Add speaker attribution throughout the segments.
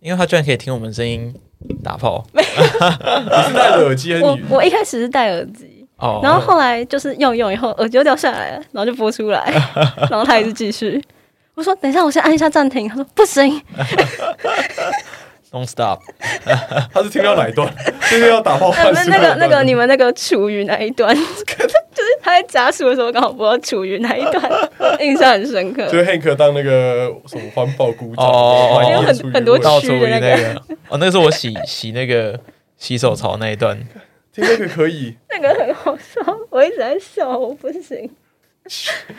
Speaker 1: 因为他居然可以听我们声音打 炮
Speaker 2: 你是戴着耳机还是
Speaker 3: 我
Speaker 2: 你？
Speaker 3: 我一开始是戴耳机，
Speaker 1: 哦，
Speaker 3: 然后后来就是用一用以后耳机就掉下来了，然后就播出来，然后他还是继续。我说等一下，我先按一下暂停。他说不行，
Speaker 1: don't stop，
Speaker 2: 他是听到哪一 段？就是要打炮
Speaker 3: 那
Speaker 2: 换
Speaker 3: 那
Speaker 2: 是
Speaker 3: 呃那个那个你
Speaker 2: 们
Speaker 3: 们那个处于哪一段？ 就是他在家属的时候刚好播到处于哪一段，印象很深刻
Speaker 2: 就。是 Hank 当那个什么环保股长，
Speaker 1: 哦
Speaker 2: 环
Speaker 1: 因为
Speaker 2: 保
Speaker 3: 很
Speaker 2: 处理
Speaker 3: 很多
Speaker 2: 问题
Speaker 1: 到
Speaker 3: 区
Speaker 1: 处于
Speaker 3: 的那
Speaker 1: 那
Speaker 3: 个
Speaker 1: 个哦，那个是我洗洗那个洗手槽那一 段，
Speaker 2: 听那个可以，
Speaker 3: 那个很好笑，我一直在笑，我不行。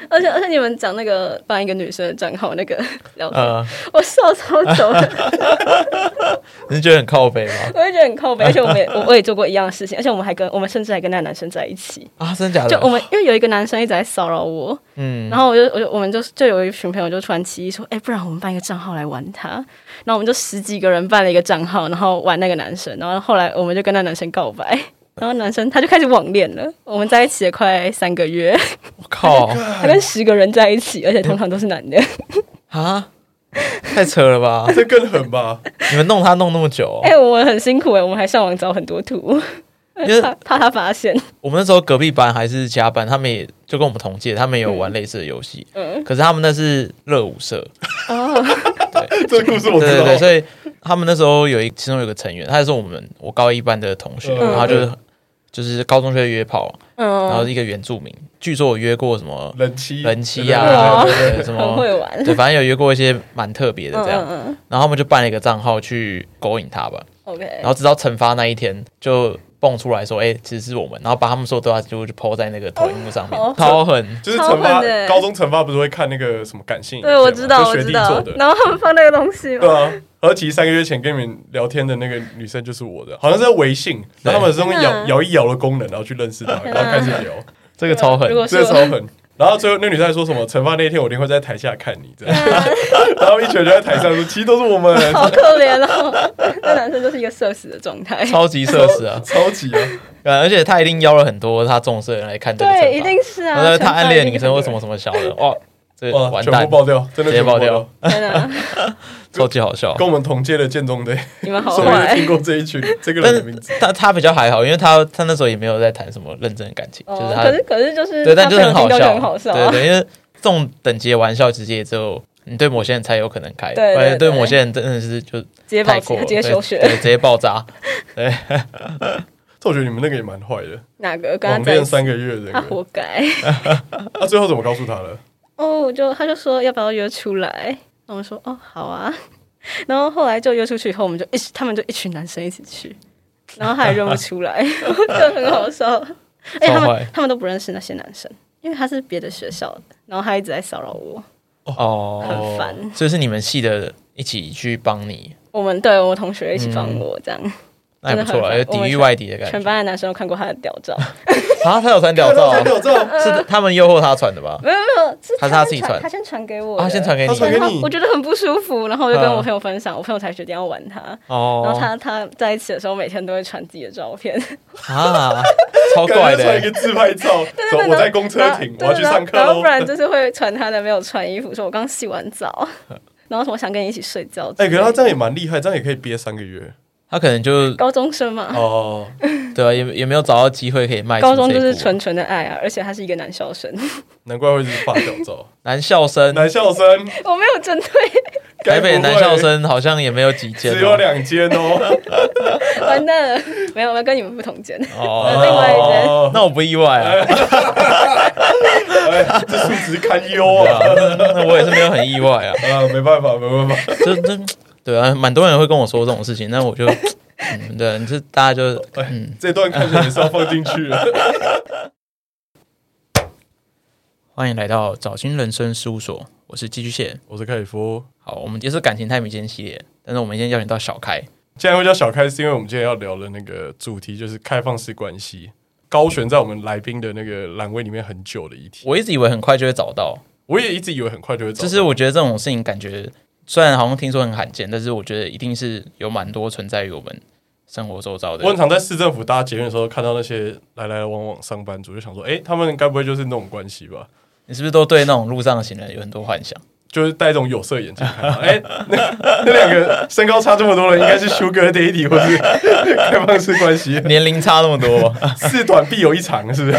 Speaker 3: 而且而且你们讲那个办一个女生的账号那个聊天，
Speaker 1: 呃，
Speaker 3: 我笑超久的，
Speaker 1: 你是觉得很靠北吗？
Speaker 3: 我就觉得很靠背。而且我们也我我也做过一样的事情，而且我们还跟我们甚至还跟那个男生在一起。
Speaker 1: 啊，真的假
Speaker 3: 就我
Speaker 1: 的？
Speaker 3: 们因为有一个男生一直在骚扰我，
Speaker 1: 嗯，
Speaker 3: 然后我就我就我们就就有一群朋友就突然起意说，哎、不然我们办一个账号来玩他。然后我们就十几个人办了一个账号，然后玩那个男生。然后后来我们就跟那男生告白，然后男生他就开始网恋了。我们在一起也快三个月，
Speaker 1: 我 靠
Speaker 3: 他跟十个人在一起，而且通常都是男的。
Speaker 1: 啊，太扯了吧！
Speaker 2: 这更狠吧？
Speaker 1: 你们弄他弄那么久、
Speaker 3: 哎、
Speaker 1: 哦，
Speaker 3: 我们很辛苦哎、我们还上网找很多图，
Speaker 1: 因为
Speaker 3: 怕怕他发现。
Speaker 1: 我们那时候隔壁班还是加班，他们也就跟我们同届，他们也有玩类似的游戏，
Speaker 3: 嗯，
Speaker 1: 可是他们那是热舞社，
Speaker 3: 哦，
Speaker 2: 这个故事我
Speaker 1: 对
Speaker 2: 知
Speaker 1: 对对，
Speaker 2: 道。
Speaker 1: 所以他们那时候有一其中有个成员，他也是我们我高一班的同学，
Speaker 2: 嗯
Speaker 1: 然后就是就是高中就会约炮，然后
Speaker 3: 嗯，
Speaker 1: 一个原住民，据说我约过什么
Speaker 2: 人妻，
Speaker 1: 人妻
Speaker 3: 哇
Speaker 1: 啊，对什
Speaker 3: 很
Speaker 1: 么。
Speaker 3: 嗯 会玩。
Speaker 1: 对，反正有约过一些蛮特别的
Speaker 3: 嗯
Speaker 1: 这样，
Speaker 3: 嗯嗯
Speaker 1: 然后他们就办了一个账号去勾引他吧，
Speaker 3: ，OK
Speaker 1: 然。后直到惩罚那一天就蹦出来说，哎、其实是我们，然后把他们说对话记录就抛在那个投影幕上面，
Speaker 3: 哦
Speaker 1: 超狠，
Speaker 2: 就是惩
Speaker 3: 超
Speaker 2: 罚
Speaker 3: 狠的
Speaker 2: 高中惩罚不是会看那个什么感性影片
Speaker 3: 对，
Speaker 2: 吗？
Speaker 3: 我知道，我
Speaker 2: 就学
Speaker 3: 知
Speaker 2: 弟
Speaker 3: 道
Speaker 2: 做。的。
Speaker 3: 然后他们放那个东西
Speaker 2: 对
Speaker 3: 嘛，
Speaker 2: 啊，然后其实三个月前跟你们聊天的那个女生就是我的，好像是在微信，
Speaker 1: 对
Speaker 2: 然后他们是用摇
Speaker 3: 嗯
Speaker 2: 摇一摇的功能，然后去认识她，然后开始聊，
Speaker 1: 这个超狠
Speaker 3: 啊如，果哦是
Speaker 2: 这个超
Speaker 3: 我，
Speaker 2: 狠。然后最后那女生还说什么惩罚那一天我一定会在台下看你这 样，然后一群人就在台上说其实都是我们，
Speaker 3: 好可怜哦。 那男生就是一个社死的状态。
Speaker 1: 超级社死 啊！
Speaker 2: 超级啊，
Speaker 1: 呃而且他一定邀了很多他重视的人来看这个惩罚，
Speaker 3: 对，一定是
Speaker 1: 然后
Speaker 3: 啊。
Speaker 1: 他暗恋的女生或什
Speaker 3: 么？
Speaker 1: 么什么小的，哇，这个
Speaker 2: 哇，
Speaker 1: 完
Speaker 2: 全
Speaker 1: 蛋
Speaker 2: 部，爆掉，真的
Speaker 1: 直接
Speaker 2: 全部
Speaker 1: 爆掉
Speaker 2: 掉。
Speaker 3: 天哪，
Speaker 1: 超级好笑。
Speaker 2: 跟我们同届的建中的，
Speaker 3: 你们好
Speaker 2: 所以就
Speaker 3: 坏
Speaker 2: 听。过这一群这个
Speaker 1: 但
Speaker 2: 人的
Speaker 1: 是
Speaker 2: 名字，
Speaker 1: 他他比较还好，因为他他那时候也没有在谈什么认真的感情，
Speaker 3: 哦
Speaker 1: 就是，他
Speaker 3: 可是可是就是，
Speaker 1: 对，但就是
Speaker 3: 很
Speaker 1: 好
Speaker 3: 就
Speaker 1: 笑，
Speaker 3: 很好笑啊。
Speaker 1: 对对，因为这种等级的玩笑，直接也只有你对某些人才有可能开，
Speaker 3: 对对
Speaker 1: 不然对
Speaker 3: 对
Speaker 1: 某些人真的是就
Speaker 3: 直接
Speaker 1: 太
Speaker 3: 爆
Speaker 1: 过
Speaker 3: 气，
Speaker 1: 了，
Speaker 3: 直接
Speaker 1: 对
Speaker 3: 休学
Speaker 1: 对。，直接爆 炸。
Speaker 2: 但我觉得你们那个也蛮坏的，
Speaker 3: 哪个？跟他
Speaker 2: 网
Speaker 3: 在一
Speaker 2: 恋
Speaker 3: 起，啊
Speaker 2: 三个月的那
Speaker 3: 他
Speaker 2: 个，
Speaker 3: 活该。
Speaker 2: 那最后怎么告诉他了？
Speaker 3: 哦，我就他就说要不要约出来，然后我说哦好啊，然后后来就约出去以后，我们就一起，他们就一群男生一起去，然后他也认不出来，就很好笑。哎，他
Speaker 1: 超坏
Speaker 3: 们他们都不认识那些男生，因为他是别的学校的，然后他一直在骚扰我，
Speaker 1: 哦，
Speaker 3: 很烦。
Speaker 1: 所以是你们系的一起去帮你，
Speaker 3: 我们对我同学一起帮我这样，
Speaker 1: 那也不错啊了，有
Speaker 3: 真的很烦
Speaker 1: 抵御外敌的感
Speaker 3: 全
Speaker 1: 觉。
Speaker 3: 班的男生都看过他的屌 照，
Speaker 1: 啊，他有传屌照啊，
Speaker 2: 屌照，
Speaker 1: 是他们诱惑他传的吧？
Speaker 3: 没有没有，是
Speaker 1: 还是他
Speaker 3: 他
Speaker 1: 自己传
Speaker 3: 他先传给我的，
Speaker 1: 啊，先传给你
Speaker 2: 他传给
Speaker 3: 然后
Speaker 2: 你
Speaker 3: 我觉得很不舒服，然后我就跟
Speaker 1: 嗯
Speaker 3: 我朋友分享，我朋友才决定要玩他。然后
Speaker 1: 哦
Speaker 3: 他他在一起的时候，每天都会传自己的照片，
Speaker 1: 啊，超怪
Speaker 2: 感觉传
Speaker 1: 的欸
Speaker 2: 一个自拍照，走，我在公车
Speaker 3: 然后
Speaker 2: 停，我
Speaker 3: 对
Speaker 2: 要去上课
Speaker 3: 然后然后
Speaker 2: 喽
Speaker 3: 不。然就是会传他的没有穿衣服，说我刚洗完 澡，然后什么想跟你一起睡觉之
Speaker 2: 哎，
Speaker 3: 类
Speaker 2: 可
Speaker 3: 的。
Speaker 2: 是他这样也蛮厉害，这样也可以憋三个月
Speaker 1: 他可能就
Speaker 3: 高中生嘛，
Speaker 2: 哦。
Speaker 1: 对啊，也也没有找到机会可以卖出
Speaker 3: 高中
Speaker 1: 这一
Speaker 3: 就是
Speaker 1: 步
Speaker 3: 纯纯的爱啊，而且他是一个男校生，
Speaker 2: 难怪会是发屌照，
Speaker 1: 男校生，
Speaker 2: 男校生，
Speaker 3: 我没有针对，
Speaker 1: 台北
Speaker 2: 该不会
Speaker 1: 男校生好像也没有几间
Speaker 2: 只有
Speaker 1: 哦
Speaker 2: 两间哦。
Speaker 3: 完蛋了，没有，我要跟你们不同间，
Speaker 1: 哦。
Speaker 3: 另外一间
Speaker 2: 哦，
Speaker 1: 那我不意外 啊，
Speaker 2: 哎这数值堪忧
Speaker 1: 对
Speaker 2: 啊
Speaker 1: 啊！ 那那我也是没有很意外啊，
Speaker 2: 啊，没办法，没办法，
Speaker 1: 就就对啊，蛮多人会跟我说这种事情，那我就嗯，对，你这大家就嗯，
Speaker 2: 哎这段看起来也是要放进去了。
Speaker 1: 欢迎来到早金人生事务所，我是寄居蟹。
Speaker 2: 我是凯里夫，
Speaker 1: 好，我们也是感情太民间系列，但是我们今天邀请到小开，
Speaker 2: 现在会叫小开，是因为我们今天要聊的那个主题就是开放式关系，高悬在我们来宾的那个栏位里面很久的议题。
Speaker 1: 我一直以为很快就会找到，
Speaker 2: 我也一直以为很快就会找
Speaker 1: 就
Speaker 2: 到，
Speaker 1: 是我觉得这种事情感觉虽然好像听说很罕见，但是我觉得一定是有蛮多存在于我们生活周遭的
Speaker 2: 我。很常在市政府搭捷运的时候看到那些来来往往上班族，就想说，哎、他们该不会就是那种关系吧？
Speaker 1: 你是不是都对那种路上的行人有很多幻想？
Speaker 2: 就是戴一种有色眼镜看他。哎、那那两个身高差这么多的，应该是 Sugar Daddy 或是开放式关系，
Speaker 1: 年龄差那么多，
Speaker 2: 四短必有一长，是不是？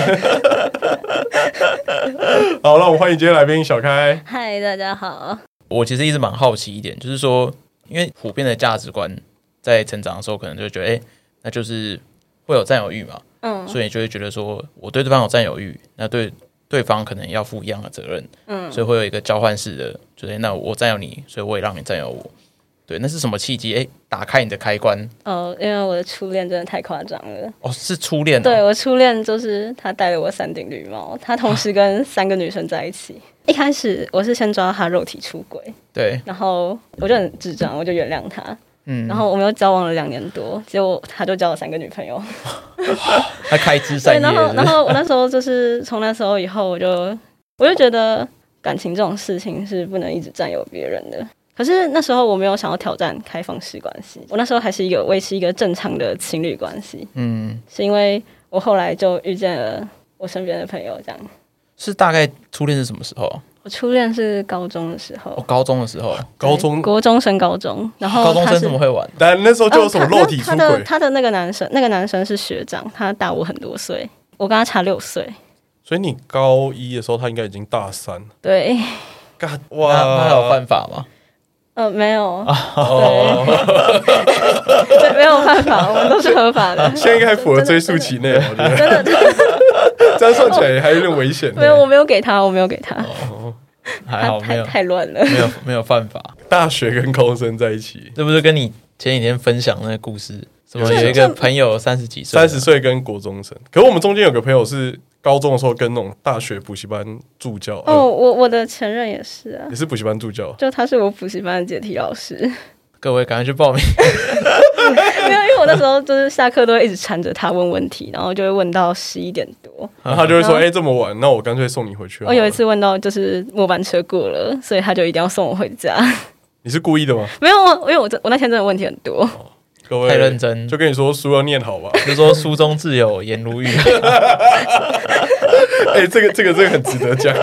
Speaker 2: 好，那我们欢迎今天来宾小开。
Speaker 3: 嗨，大家好。
Speaker 1: 我其实一直蛮好奇一点，就是说，因为普遍的价值观在成长的时候，可能就会觉得，哎、那就是会有占有欲嘛，
Speaker 3: 嗯
Speaker 1: 所以你就会觉得说，我对对方有占有欲，那对对方可能要负一样的责任，
Speaker 3: 嗯
Speaker 1: 所以会有一个交换式的，就是、哎那我占有你，所以我也让你占有我。对，那是什么契机？哎、打开你的开关
Speaker 3: 哦，因为我的初恋真的太夸张了。
Speaker 2: 嗯
Speaker 1: 哦，是初恋、哦，
Speaker 3: 对我初恋就是他戴了我三顶绿帽，他同时跟三个女生在一起。一开始我是先抓他肉体出轨，
Speaker 1: 对，
Speaker 3: 然后我就很智障，我就原谅他。
Speaker 1: 嗯，
Speaker 3: 然后我们又交往了两年多，结果他就交了三个女 朋友。
Speaker 1: 他开枝散
Speaker 3: 对，
Speaker 1: 叶是不
Speaker 3: 然后然
Speaker 1: 是，
Speaker 3: 后我那时候就是从那时候以后，我就我就觉得感情这种事情是不能一直占有别人的。可是那时候我没有想要挑战开放式关系，我那时候还是一个维持一个正常的情侣关系，
Speaker 1: 嗯，
Speaker 3: 是因为我后来就遇见了我身边的朋友，这样。
Speaker 1: 是大概初恋是什么时候啊？
Speaker 3: 我初恋是高中的时候
Speaker 1: 哦，，高中的时候，
Speaker 2: 高中，
Speaker 3: 国中升高中，然后
Speaker 1: 高中
Speaker 3: 他
Speaker 1: 生
Speaker 3: 是
Speaker 1: 怎么会玩？
Speaker 2: 但那时候就有什么
Speaker 3: 哦他
Speaker 2: 肉体出
Speaker 3: 他的
Speaker 2: 轨，
Speaker 3: 他的那个男生，那个男生是学长，他大我很多岁，我跟他差六岁。
Speaker 2: 所以你高一的时候他应该已经大三了。
Speaker 3: 对，
Speaker 2: 干
Speaker 1: 那
Speaker 2: 哇，
Speaker 1: 那有犯法吗？
Speaker 3: 呃，没有，
Speaker 2: 哦
Speaker 3: 对，对，没有办法，我们都是合法的。
Speaker 2: 现在应该还符合追溯期内，我觉得
Speaker 3: 真的真的
Speaker 2: 这样算起来还有点危险。
Speaker 3: 没有，我没有给他，我没有给他，
Speaker 2: 哦
Speaker 1: 还
Speaker 3: 他
Speaker 1: 好没
Speaker 3: 太
Speaker 1: 有
Speaker 3: 太乱
Speaker 2: 嗯
Speaker 3: 了。
Speaker 1: 没有没有犯法，
Speaker 2: 大学跟高中生在一起，
Speaker 1: 这不是跟你前几天分享那个故事，什么
Speaker 2: 这
Speaker 1: 有一个朋友三十几岁，
Speaker 2: 三十，岁跟国中生。可是我们中间有个朋友是高中的时候跟那种大学补习班助教，呃
Speaker 3: 哦，我我的前任也是啊，
Speaker 2: 也是补习班助教。
Speaker 3: 就他是我补习班的解题老师，
Speaker 1: 各位赶快去报名。
Speaker 3: 没有，因为我那时候就是下课都会一直缠着他问问题，然后就会问到十一点多。
Speaker 2: 然后他就会说：“
Speaker 3: 嗯
Speaker 2: 哎、这么晚，那我干脆送你回去。”
Speaker 3: 我哦有一，次问到就是末班车过了，所以他就一定要送我回家。
Speaker 2: 你是故意的吗？
Speaker 3: 没有，我因为我真我那天真的问题很多，
Speaker 2: 哦 各位
Speaker 1: 太认真
Speaker 2: 就跟你说书要念好吧。
Speaker 1: 就说书中自有颜如玉，啊
Speaker 2: 哎、这个这个这个很值得讲。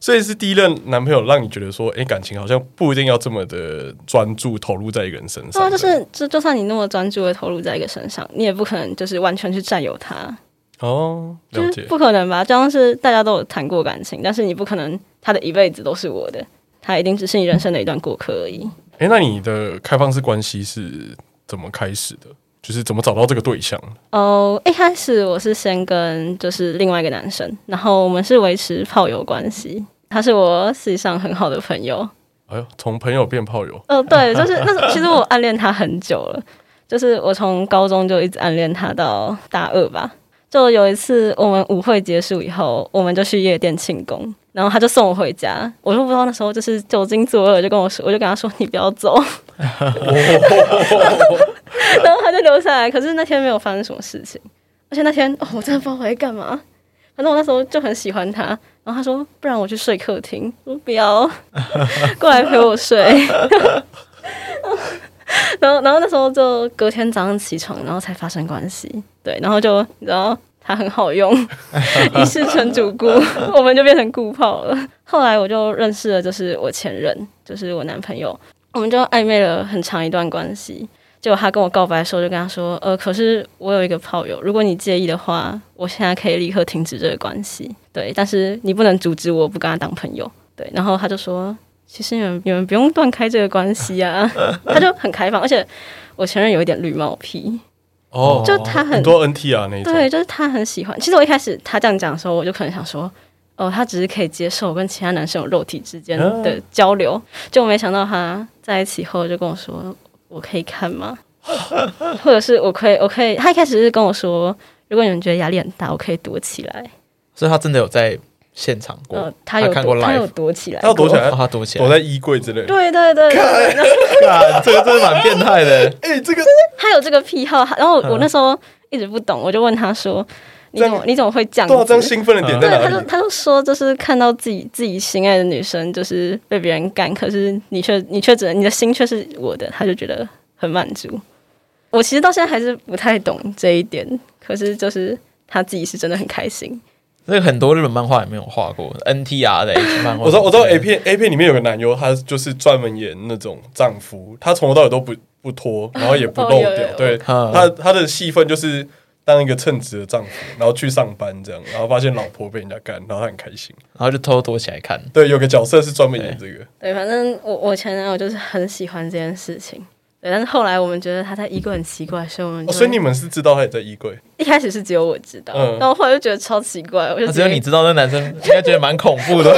Speaker 2: 所以是第一任男朋友让你觉得说，哎、感情好像不一定要这么的专注投入在一个人身
Speaker 3: 对
Speaker 2: 上。
Speaker 3: 啊，就是就就算你那么专注的投入在一个身上，你也不可能就是完全去占有他，
Speaker 2: 哦，
Speaker 3: 就
Speaker 2: 了
Speaker 3: 是
Speaker 2: 解。
Speaker 3: 不可能吧？就像是大家都有谈过感情，但是你不可能他的一辈子都是我的，他一定只是你人生的一段过客而已。
Speaker 2: 哎、那你的开放式关系是怎么开始的？就是怎么找到这个对象？
Speaker 3: 哦、一开始我是先跟就是另外一个男生，然后我们是维持炮友关系，他是我世界上很好的朋友，
Speaker 2: 哎呦，从朋友变炮友，
Speaker 3: 呃，对，就是那时候，其实我暗恋他很久了，就是我从高中就一直暗恋他到大二吧。就有一次我们舞会结束以后，我们就去夜店庆功，然后他就送我回家，我就不知道那时候就是酒精作恶，就跟我说，我就跟他说你不要走，然后他就留下来。可是那天没有发生什么事情，而且那天哦，我真的不知道我在干嘛。反正我那时候就很喜欢他，然后他说不然我去睡客厅，我说不要，过来陪我睡。然后，然后那时候就隔天早上起床，然后才发生关系。对，然后就你知道它很好用，一世成主顾， 我们就变成顾炮了。后来我就认识了，就是我前任，就是我男朋友，我们就暧昧了很长一段关系。结果他跟我告白的时候，就跟他说：“呃，可是我有一个炮友，如果你介意的话，我现在可以立刻停止这个关系。对，但是你不能阻止我不跟他当朋友。对，然后他就说：其实你们你们不用断开这个关系啊。他就很开放，而且我前任有一点绿帽癖，
Speaker 2: 哦
Speaker 3: 就他很
Speaker 2: 很多 NT 啊那一种，
Speaker 3: 对，就是他很喜欢。其实我一开始他这样讲的时候，我就可能想说，哦，他只是可以接受我跟其他男生有肉体之间
Speaker 1: 嗯
Speaker 3: 的交流，就没想到他在一起后就跟我说，我可以看吗？ 或者是我可以，我可以。他一开始是跟我说，如果你们觉得压力很大，我可以躲起来。
Speaker 1: 所以他真的有在现场过，
Speaker 3: 呃，他有
Speaker 1: 看
Speaker 3: 躲
Speaker 1: 过
Speaker 3: 他有
Speaker 1: live，
Speaker 3: 躲起来，
Speaker 2: 他要躲起来
Speaker 1: 哦他躲起来，
Speaker 2: 躲在衣柜之类的。
Speaker 3: 对对对，对 然后
Speaker 1: 干这个真的蛮变态的，
Speaker 2: 哎、这个
Speaker 3: 他有这个癖好，然后我我那时候一直不懂，我就问他说：“你怎么
Speaker 2: 这样
Speaker 3: 你怎么会这样
Speaker 2: 对啊，这样
Speaker 3: 子？”
Speaker 2: 兴奋的点在
Speaker 3: 对，他
Speaker 2: 哪
Speaker 3: 就
Speaker 2: 里？
Speaker 3: 他就说，就是看到自己自己心爱的女生，就是被别人干，可是你却你却只能你的心却是我的，他就觉得很满足。我其实到现在还是不太懂这一点，可是就是他自己是真的很开心。
Speaker 1: 那个很多日本漫画也没有画过，NTR 的 H 漫画。
Speaker 2: 我知道，我知道 A 片 A 片里面有个男优，他就是专门演那种丈夫，他从头到尾都不不脱，然后也不露
Speaker 3: 哦有有
Speaker 2: 掉，
Speaker 3: 有
Speaker 2: 对
Speaker 1: 嗯
Speaker 2: 他他的戏份就是当一个称职的丈夫，然后去上班这样，然后发现老婆被人家干，然后他很开心。
Speaker 1: 然后就偷偷躲起来看。
Speaker 2: 对，有个角色是专门演这个，
Speaker 3: 对，反正我我前男友就是很喜欢这件事情。对，但是后来我们觉得他在衣柜很奇怪，所以我们就
Speaker 2: 哦，
Speaker 3: 会、
Speaker 2: 所以你们是知道他也在衣柜，
Speaker 3: 一开始是只有我知道，
Speaker 2: 嗯
Speaker 3: 然后后来就觉得超奇怪，我
Speaker 1: 那
Speaker 3: 就直
Speaker 1: 只
Speaker 3: 接
Speaker 1: 有你知道，那男生应该觉得蛮恐 怖的。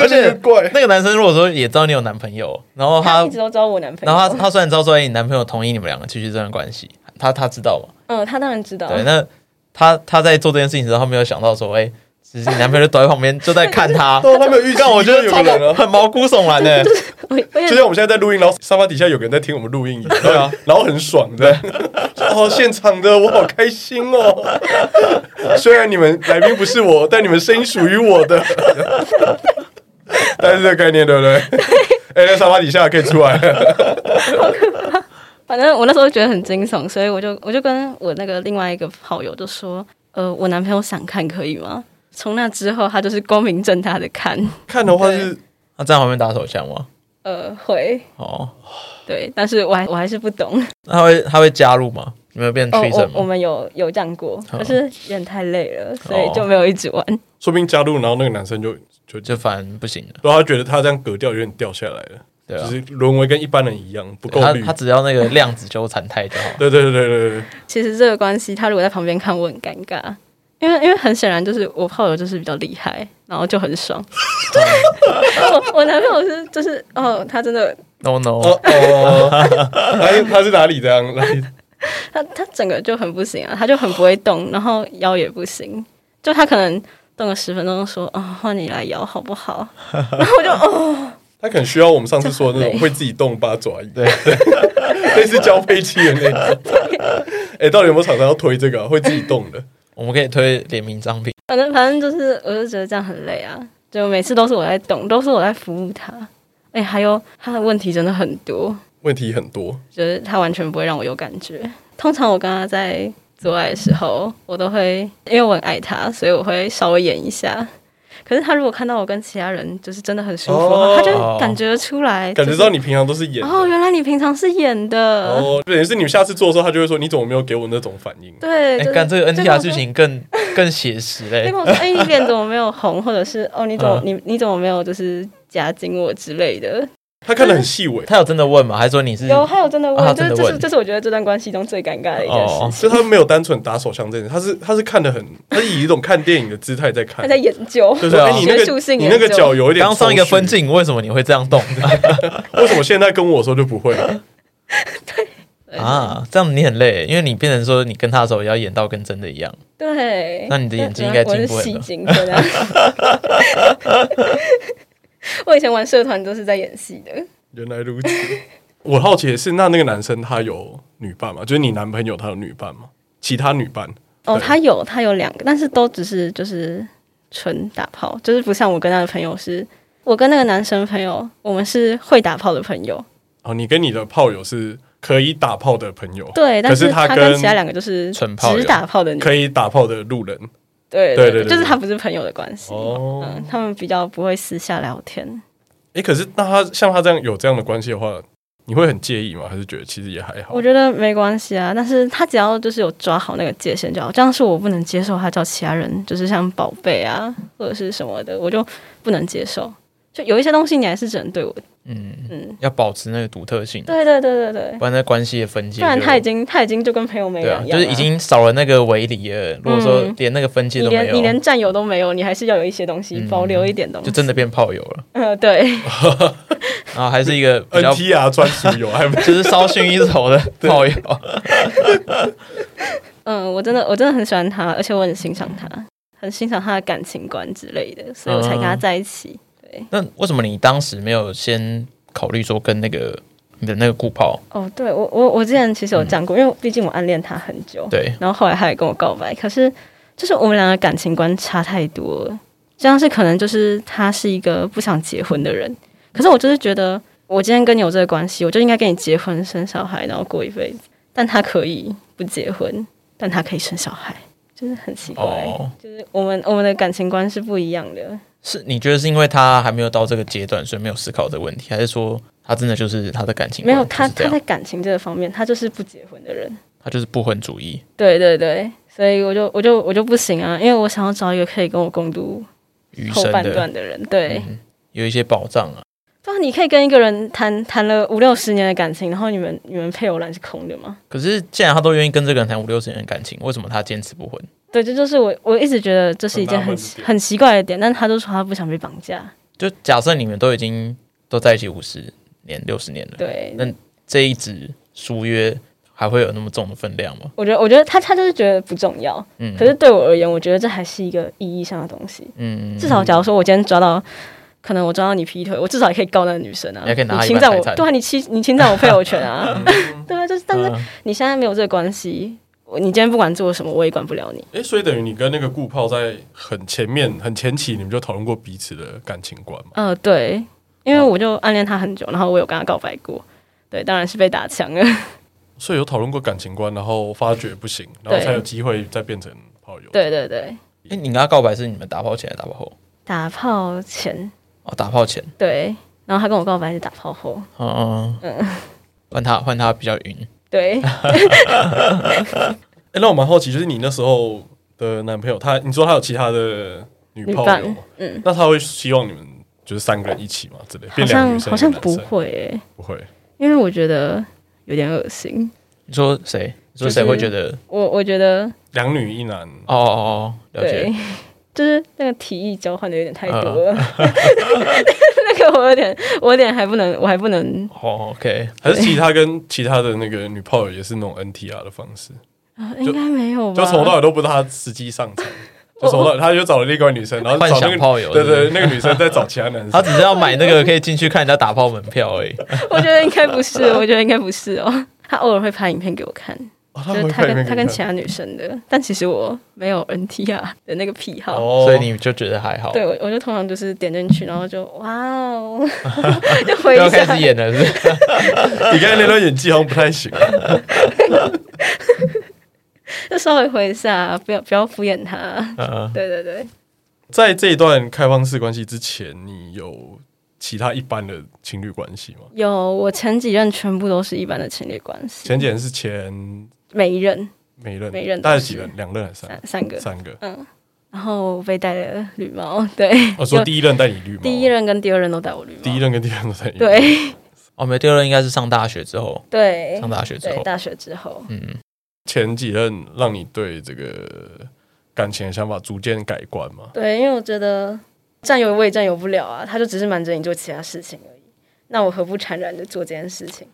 Speaker 1: 而且
Speaker 2: 这个怪，
Speaker 1: 那个男生如果说也知道你有男朋友，然后
Speaker 3: 他
Speaker 1: 他
Speaker 3: 一，直都知道我男朋友，
Speaker 1: 然后他，他虽然知道说哎你男朋友同意你们两个继续这段关系，他他知道嘛？
Speaker 3: 嗯，他当然知道，
Speaker 1: 对，那他他在做这件事情的时候，他没有想到说，哎、其实你男朋友就躲在旁边，就在看 他。
Speaker 2: 对啊，他没有预
Speaker 1: 但
Speaker 2: 告，
Speaker 1: 我觉得
Speaker 2: 有
Speaker 1: 超
Speaker 2: 个人啊。
Speaker 1: 很毛骨悚然 的、
Speaker 3: 我我也
Speaker 2: 就像我们现在在录音，然后沙发底下有个人在听我们录 音，对
Speaker 1: 对啊，
Speaker 2: 然后很爽的，哦，现场的我好开心哦。 虽然你们来宾不是我，但你们声音属于我的， 但是这个概念对不对？哎、在沙发底下可以出来了，
Speaker 3: 反正我那时候觉得很惊悚，所以我就我就跟我那个另外一个好友就说，呃，我男朋友想看可以吗？从那之后，他就是光明正大的看，
Speaker 2: 看的话是
Speaker 1: 他站在旁边打手枪吗？
Speaker 3: 呃，会
Speaker 1: 哦，
Speaker 3: 对，但是我还我还是不懂。
Speaker 1: 那他会他会加入吗？你们有变 t
Speaker 3: 哦
Speaker 1: r，
Speaker 3: 我
Speaker 1: e
Speaker 3: 我
Speaker 1: 吗？
Speaker 3: 们有有这样过，
Speaker 1: 哦
Speaker 3: 可是人太累了，所以就没有一直玩。
Speaker 2: 说不定加入，然后那个男生就就就，
Speaker 1: 就反正不行了，
Speaker 2: 然后他觉得他这样格调有点掉下来了，
Speaker 1: 对啊
Speaker 2: 就。是沦为跟一般人一样不够
Speaker 1: 他
Speaker 2: 绿
Speaker 1: 他。只要那个量子纠缠态就好了。
Speaker 2: 对对对对对对，
Speaker 3: 其实这个关系，他如果在旁边看，我很尴尬，因为因为很显然就是我炮友就是比较厉害，然后就很爽。 我我男朋友是就是哦，他真的
Speaker 1: No no，
Speaker 2: 哦哦， 他是他是哪里这样？哪里
Speaker 3: 他他整个就很不行啊，他就很不会动，然后腰也不行，就他可能动个十分钟说啊、哦，换你来摇好不好？ 哦
Speaker 2: 他可能需要我们上次说的那
Speaker 3: 就
Speaker 2: 种
Speaker 3: 很累
Speaker 2: 会自己动八爪鱼，对， 类似交配器的那种。 哎、到底有没有厂商要推这个啊、会自己动的？
Speaker 1: 我们可以推联名商品。
Speaker 3: 反正反正就是，我就觉得这样很累啊，就每次都是我在动，都是我在服务他。哎、还有他的问题真的很多，
Speaker 2: 问题很多，
Speaker 3: 就是他完全不会让我有感觉。通常我跟他在做爱的时候，我都会因为我很爱他，所以我会稍微演一下。可是他如果看到我跟其他人就是真的很舒服，
Speaker 2: 哦
Speaker 3: 他就会感觉出来，
Speaker 2: 感
Speaker 3: 就
Speaker 2: 觉
Speaker 3: 是
Speaker 2: 到你平常都是演的
Speaker 3: 哦，原来你平常是演的。
Speaker 2: 哦，等于是你们下次做的时候，他就会说你怎么没有给我那种反应？
Speaker 3: 对，
Speaker 1: 哎
Speaker 3: 就，是
Speaker 1: 干这个
Speaker 3: 就
Speaker 1: NTR
Speaker 3: 跟我说
Speaker 1: 剧情更更写实
Speaker 3: 就
Speaker 1: 嘞
Speaker 3: 跟。我说：“哎、你脸怎么没有红？或者是哦，你怎
Speaker 2: 嗯
Speaker 3: 么、你你怎么没有就是夹紧我之类的
Speaker 2: 他看得很 细微，
Speaker 1: 他有真的问吗？还是说你？”
Speaker 2: 嗯
Speaker 1: 是
Speaker 3: 有，还有真的问，
Speaker 1: 啊
Speaker 3: 就
Speaker 1: 真
Speaker 3: 是
Speaker 1: 的
Speaker 3: 这是
Speaker 1: 问
Speaker 3: 这是我觉得这段关系中最尴尬的一件事情。
Speaker 1: 哦
Speaker 2: 就他没有单纯打手枪这件事，他是他是看得很，他是以一种看电影的姿态在看
Speaker 3: 他。在研究，
Speaker 2: 就是哎、你那
Speaker 3: 学术
Speaker 2: 个
Speaker 3: 性
Speaker 2: 你那个
Speaker 3: 研究
Speaker 2: 脚有一点，
Speaker 1: 刚上一个分，镜，为什么你会这样 动
Speaker 2: 为什么现在跟我说就不会了？
Speaker 1: 啊？这样你很累，因为你变成说你跟他的时候要演到跟真的一样。
Speaker 3: 对，
Speaker 1: 那你的眼睛应该进步
Speaker 3: 我
Speaker 1: 很
Speaker 3: 是
Speaker 1: 多
Speaker 3: 戏精，真的。 我以前玩社团都是在演戏的，
Speaker 2: 原来如此。 我好奇的是，那那个男生他有女伴吗？就是你男朋友他有女伴吗？其他女伴
Speaker 3: 哦，
Speaker 2: 对
Speaker 3: 他有他有两个，但是都只是就是纯打炮，就是不像我跟他的朋友是，我跟那个男生朋友，我们是会打炮的朋友，
Speaker 2: 哦，你跟你的炮友是可以打炮的朋友，
Speaker 3: 对，但
Speaker 2: 可是他
Speaker 3: 他
Speaker 2: 跟
Speaker 3: 跟其他两个就是
Speaker 1: 纯炮友
Speaker 3: 只打炮的女，
Speaker 2: 可以打炮的路人
Speaker 3: 对
Speaker 2: 对对对
Speaker 3: 对，
Speaker 2: 对
Speaker 3: 就是他不是朋友的关系，
Speaker 2: 哦。
Speaker 3: 嗯，他们比较不会私下聊天，
Speaker 2: 哎、可是那他像他这样有这样的关系的话，你会很介意吗？还是觉得其实也还好
Speaker 3: 我？觉得没关系啊，但是他只要就是有抓好那个界限就好，这样是我不能接受他叫其他人就是像宝贝啊或者是什么的，我就不能接受。就有一些东西你还是只能对我，
Speaker 1: 嗯，
Speaker 3: 嗯，
Speaker 1: 要保持那个独特性，
Speaker 3: 对对对对对，
Speaker 1: 不然那关系的分界
Speaker 3: 不然
Speaker 1: 就
Speaker 3: 他已经他已经就跟朋友没
Speaker 1: 对啊
Speaker 3: 两，样了、
Speaker 1: 就是已经少了那个围篱了。如果说
Speaker 3: 嗯
Speaker 1: 连那个分界
Speaker 3: 你
Speaker 1: 都没
Speaker 3: 连你
Speaker 1: 有，
Speaker 3: 连战友都没有，你还是要有一些东西、
Speaker 1: 嗯
Speaker 3: 保留一点东西，
Speaker 1: 就真的变炮友 了。
Speaker 3: 呃对，
Speaker 1: 然后还是一 个比较
Speaker 2: NTR 专属有，还不
Speaker 1: 就是稍逊一筹的炮友。
Speaker 3: 嗯，我真的我真的很喜欢他，而且我很欣赏他，很欣赏他的感情观之类的，所以我
Speaker 1: 嗯
Speaker 3: 才跟他在一起。
Speaker 1: 那为什么你当时没有先考虑说跟那个你的那个顾炮？
Speaker 3: 哦，对我我我之前其实有讲过，因为毕竟我暗恋他很久，
Speaker 1: 对，
Speaker 3: 然后后来他也跟我告白，可是就是我们两个感情观差太多了，这样是可能就是他是一个不想结婚的人，可是我就是觉得我今天跟你有这个关系，我就应该跟你结婚生小孩，然后过一辈子，但他可以不结婚，但他可以生小孩，就是很奇怪，
Speaker 1: 哦，
Speaker 3: 就是我们我们的感情观是不一样的。
Speaker 1: 是你觉得是因为他还没有到这个阶段，所以没有思考这个问题，还是说他真的就是他的感情
Speaker 3: 没
Speaker 1: 观
Speaker 3: 有
Speaker 1: 就
Speaker 3: 他
Speaker 1: 是这
Speaker 3: 他在
Speaker 1: 样，
Speaker 3: 感情这个方面，他就是不结婚的人。
Speaker 1: 他就是不婚主义
Speaker 3: 对对对，所以我就我就我就不行啊，因为我想要找一个可以跟我共度
Speaker 1: 余
Speaker 3: 后
Speaker 1: 生
Speaker 3: 半
Speaker 1: 的，
Speaker 3: 段的人。对，
Speaker 1: 嗯，有一些保障啊。
Speaker 3: 对啊，你可以跟一个人谈谈了五六十年的感情，然后你们你们配偶栏是空的吗？
Speaker 1: 可是既然他都愿意跟这个人谈五六十年的感情，为什么他坚持不婚？
Speaker 3: 对，这就是我我一直觉得这是一件
Speaker 2: 很纳
Speaker 3: 很
Speaker 2: 闷的点
Speaker 3: 很奇怪的点，但他都说他不想被绑架。
Speaker 1: 就假设你们都已经都在一起五十年、六十年了，
Speaker 3: 对，
Speaker 1: 那这一纸书约还会有那么重的分量吗？
Speaker 3: 我觉得我觉得他他就是觉得不重要，
Speaker 1: 嗯，
Speaker 3: 可是对我而言，我觉得这还是一个意义上的东西。
Speaker 1: 嗯，
Speaker 3: 至少假如说我今天抓到，可能我抓到你劈腿，我至少也可以告那个女生啊，
Speaker 1: 你还可以拿她一半
Speaker 3: 侵占我
Speaker 1: 财，产
Speaker 3: 对啊，你侵你侵占我配偶 权啊，对啊，就是但是
Speaker 1: 嗯
Speaker 3: 你现在没有这个关系，我你今天不管做什么，我也管不了你。
Speaker 2: 哎，所以等于你跟那个顾炮在很前面、很前期，你们就讨论过彼此的感情观嘛？
Speaker 3: 呃，对，因为我就暗恋他很久，然后我有跟他告白过，对，当然是被打枪了。
Speaker 2: 所以有讨论过感情观，然后发觉不行，然后才有机会再变成炮友。
Speaker 3: 对对对，
Speaker 1: 哎、你跟他告白是你们打炮前还是打炮后？
Speaker 3: 打炮前
Speaker 1: 哦，打炮前，
Speaker 3: 对，然后他跟我告白是打炮后，
Speaker 1: 嗯嗯，换他换他比较晕。
Speaker 3: 对，
Speaker 2: 哎，那我蛮好奇，就是你那时候的男朋友，他你说他有其他的女炮友
Speaker 3: 女
Speaker 2: 嘛？嗯，那他会希望你们就是三个人一起嘛之类？
Speaker 3: 好
Speaker 2: 变两个
Speaker 3: 像
Speaker 2: 女生
Speaker 3: 好像
Speaker 2: 一个男
Speaker 3: 不
Speaker 2: 生
Speaker 3: 会诶、
Speaker 2: 不会，
Speaker 3: 因为我觉得有点恶心，
Speaker 1: 你说谁？你说
Speaker 3: 就是
Speaker 1: 谁会觉得？
Speaker 3: 我我觉得
Speaker 2: 两女一男。
Speaker 1: 哦哦哦，了
Speaker 3: 对
Speaker 1: 解。，
Speaker 3: 就是那个提议交换的有点太多了，
Speaker 2: 啊
Speaker 3: 那个我有点，我有点还不能，我还不能，
Speaker 1: 哦，OK，
Speaker 2: 还是其他跟其他的那个女炮友也是那种 NTR 的方式，
Speaker 3: 啊应该没有吧？
Speaker 2: 就从头到尾都不是他实际上场，就从头到尾他就找了另外一个女生，然后找
Speaker 1: 幻
Speaker 2: 那
Speaker 1: 想
Speaker 2: 个
Speaker 1: 炮友
Speaker 2: 对
Speaker 1: 是
Speaker 2: 对，
Speaker 1: 不
Speaker 2: 那个女生在找其他男
Speaker 1: 他
Speaker 2: 生，
Speaker 1: 只是要买那个可以进去看人家打炮门票而已。
Speaker 3: 我觉得应该不是，我觉得应该不是哦。他偶尔会拍影片给我看，
Speaker 2: 哦
Speaker 3: 就
Speaker 2: 们
Speaker 3: 是
Speaker 2: 会
Speaker 3: 他
Speaker 2: 配那
Speaker 3: 跟
Speaker 2: 个
Speaker 3: 他跟
Speaker 2: 女
Speaker 3: 其
Speaker 2: 生
Speaker 3: 他女生的，但其实我没有 NTR 的那个癖好。
Speaker 2: 哦，
Speaker 1: 所以你就觉得还好，
Speaker 3: 对，我我就通常就是点进去，然后就哇哦， 就回
Speaker 1: 又
Speaker 3: 一
Speaker 1: 要开
Speaker 3: 下
Speaker 1: 始，演了，是不是？
Speaker 2: 你刚才那段演技好像不太行，啊
Speaker 3: 就稍微回一下，不要不要敷衍他。
Speaker 1: 嗯，
Speaker 3: 对对对，
Speaker 2: 在这一段开放式关系之前，你有其他一般的情侣关系吗？
Speaker 3: 有我前几任全部都是一般的情侣关系，
Speaker 2: 前几任是前
Speaker 3: 每一任
Speaker 2: 每任
Speaker 3: 每任都
Speaker 2: 大概几
Speaker 3: 是
Speaker 2: 任？两任还是三
Speaker 3: 三三个，
Speaker 2: 嗯
Speaker 3: 嗯
Speaker 2: 三个？
Speaker 3: 然后我被戴了绿帽，对，
Speaker 2: 我哦说
Speaker 3: 就
Speaker 2: 第一任带你绿帽，
Speaker 3: 第一，任跟第二任都戴我绿帽，
Speaker 2: 第一任跟第二任都带你绿帽，
Speaker 3: 对
Speaker 1: 哦，没有，第二任应该是上大学之后，
Speaker 3: 对
Speaker 1: 上大学之
Speaker 3: 对，
Speaker 1: 后，
Speaker 3: 大学之后，
Speaker 1: 嗯，
Speaker 2: 前几任让你对这个感情的想法逐渐改观嘛？
Speaker 3: 对，因为我觉得占有我也占有不了啊，他就只是瞒着你做其他事情而已，那我何不坦然的做这件事情？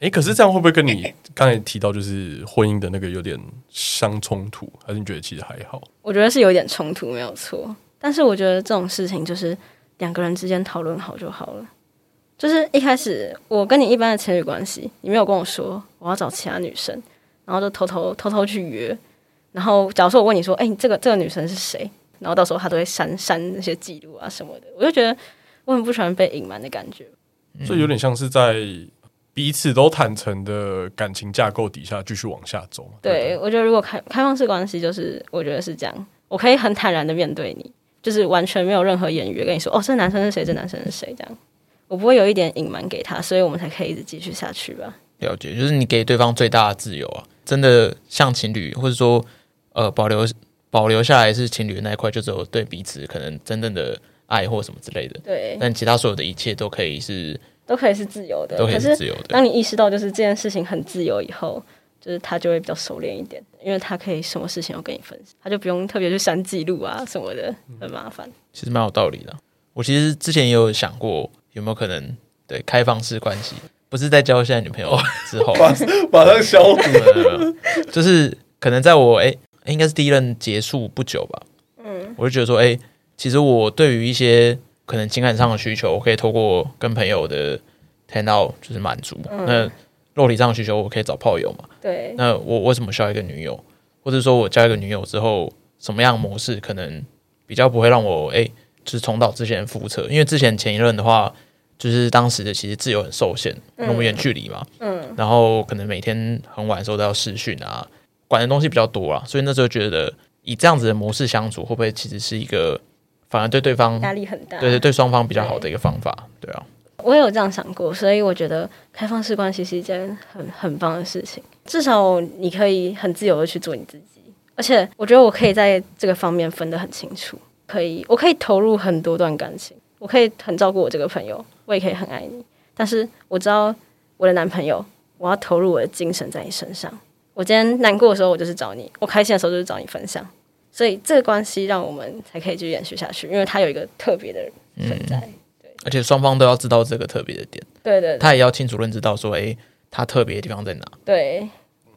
Speaker 2: 诶，可是这样会不会 跟你刚才提到就是婚姻的那个有点相冲突？还是你觉得其实还好？
Speaker 3: 我觉得是有点冲突，没有错，但是我觉得这种事情就是两个人之间讨论好就好了。就是一开始我跟你一般的情侣关系，你没有跟我说我要找其他女生，然后就偷偷偷偷去约。然后假如说我问你说，哎、你这个这个女生是谁？然后到时候他都会删删那些记录啊什么的，我就觉得我很不喜欢被隐瞒的感觉。
Speaker 2: 所以有点像是在彼此都坦诚的感情架构底下继续往下走嘛。不
Speaker 3: 对，我觉得如果开开放式关系，就是我觉得是这样，我可以很坦然的面对你，就是完全没有任何言语跟你说，哦，这男生是谁，这男生是谁，这样，我不会有一点隐瞒给他，所以我们才可以一直继续下去吧。
Speaker 1: 了解，就是你给对方最大的自由啊。真的像情侣，或者说呃保留保留下来是情侣的那一块，就只有对彼此可能真正的爱或什么之类的，
Speaker 3: 对，
Speaker 1: 但其他所有的一切都可以是
Speaker 3: 都可以是自由的，
Speaker 1: 都可以
Speaker 3: 可
Speaker 1: 是
Speaker 3: 是
Speaker 1: 自由的。
Speaker 3: 当你意识到就是这件事情很自由以后，就是他就会比较收敛一点，因为他可以什么事情都跟你分享，他就不用特别去删记录啊什么的，很麻烦。
Speaker 1: 其实蛮有道理的。啊我其实之前也有想过，有没有可能对开放式关系，不是在交现在女朋友之后，啊
Speaker 2: 对马上消毒。
Speaker 1: 没有没有没有就是可能在我哎、诶应该是第一任结束不久吧，嗯，我就觉得说，哎、其实我对于一些可能情感上的需求，我可以透过跟朋友的谈到就是满足。那肉体上的需求，我可以找炮友嘛？
Speaker 3: 对，
Speaker 1: 那我为什么需要一个女友？或者说我交一个女友之后，什么样的模式可能比较不会让我哎、就是重蹈之前的覆辙？因为之前前一任的话，就是当时的其实自由很受限，那我们远距离嘛，嗯，然后可能每天很晚的时候都要视讯啊，管的东西比较多啊，所以那时候觉得以这样子的模式相处，会不会其实是一个反而对对方，
Speaker 3: 压力很大。
Speaker 1: 对对对双方比较好的一个方法？对啊，
Speaker 3: 我也有这样想过，所以我觉得开放式关系是一件很很棒的事情。至少你可以很自由的去做你自己，而且我觉得我可以在这个方面分得很清楚，可以我可以投入很多段感情，我可以很照顾我这个朋友，我也可以很爱你，但是我知道我的男朋友，我要投入我的精神在你身上。我今天难过的时候，我就是找你；我开心的时候，就是找你分享。所以这个关系让我们才可以去延续下去，因为它有一个特别的存在。
Speaker 1: 而且双方都要知道这个特别的点，
Speaker 3: 对对对
Speaker 1: 他也要清楚认知到说，诶，他特别的地方在哪？
Speaker 3: 对，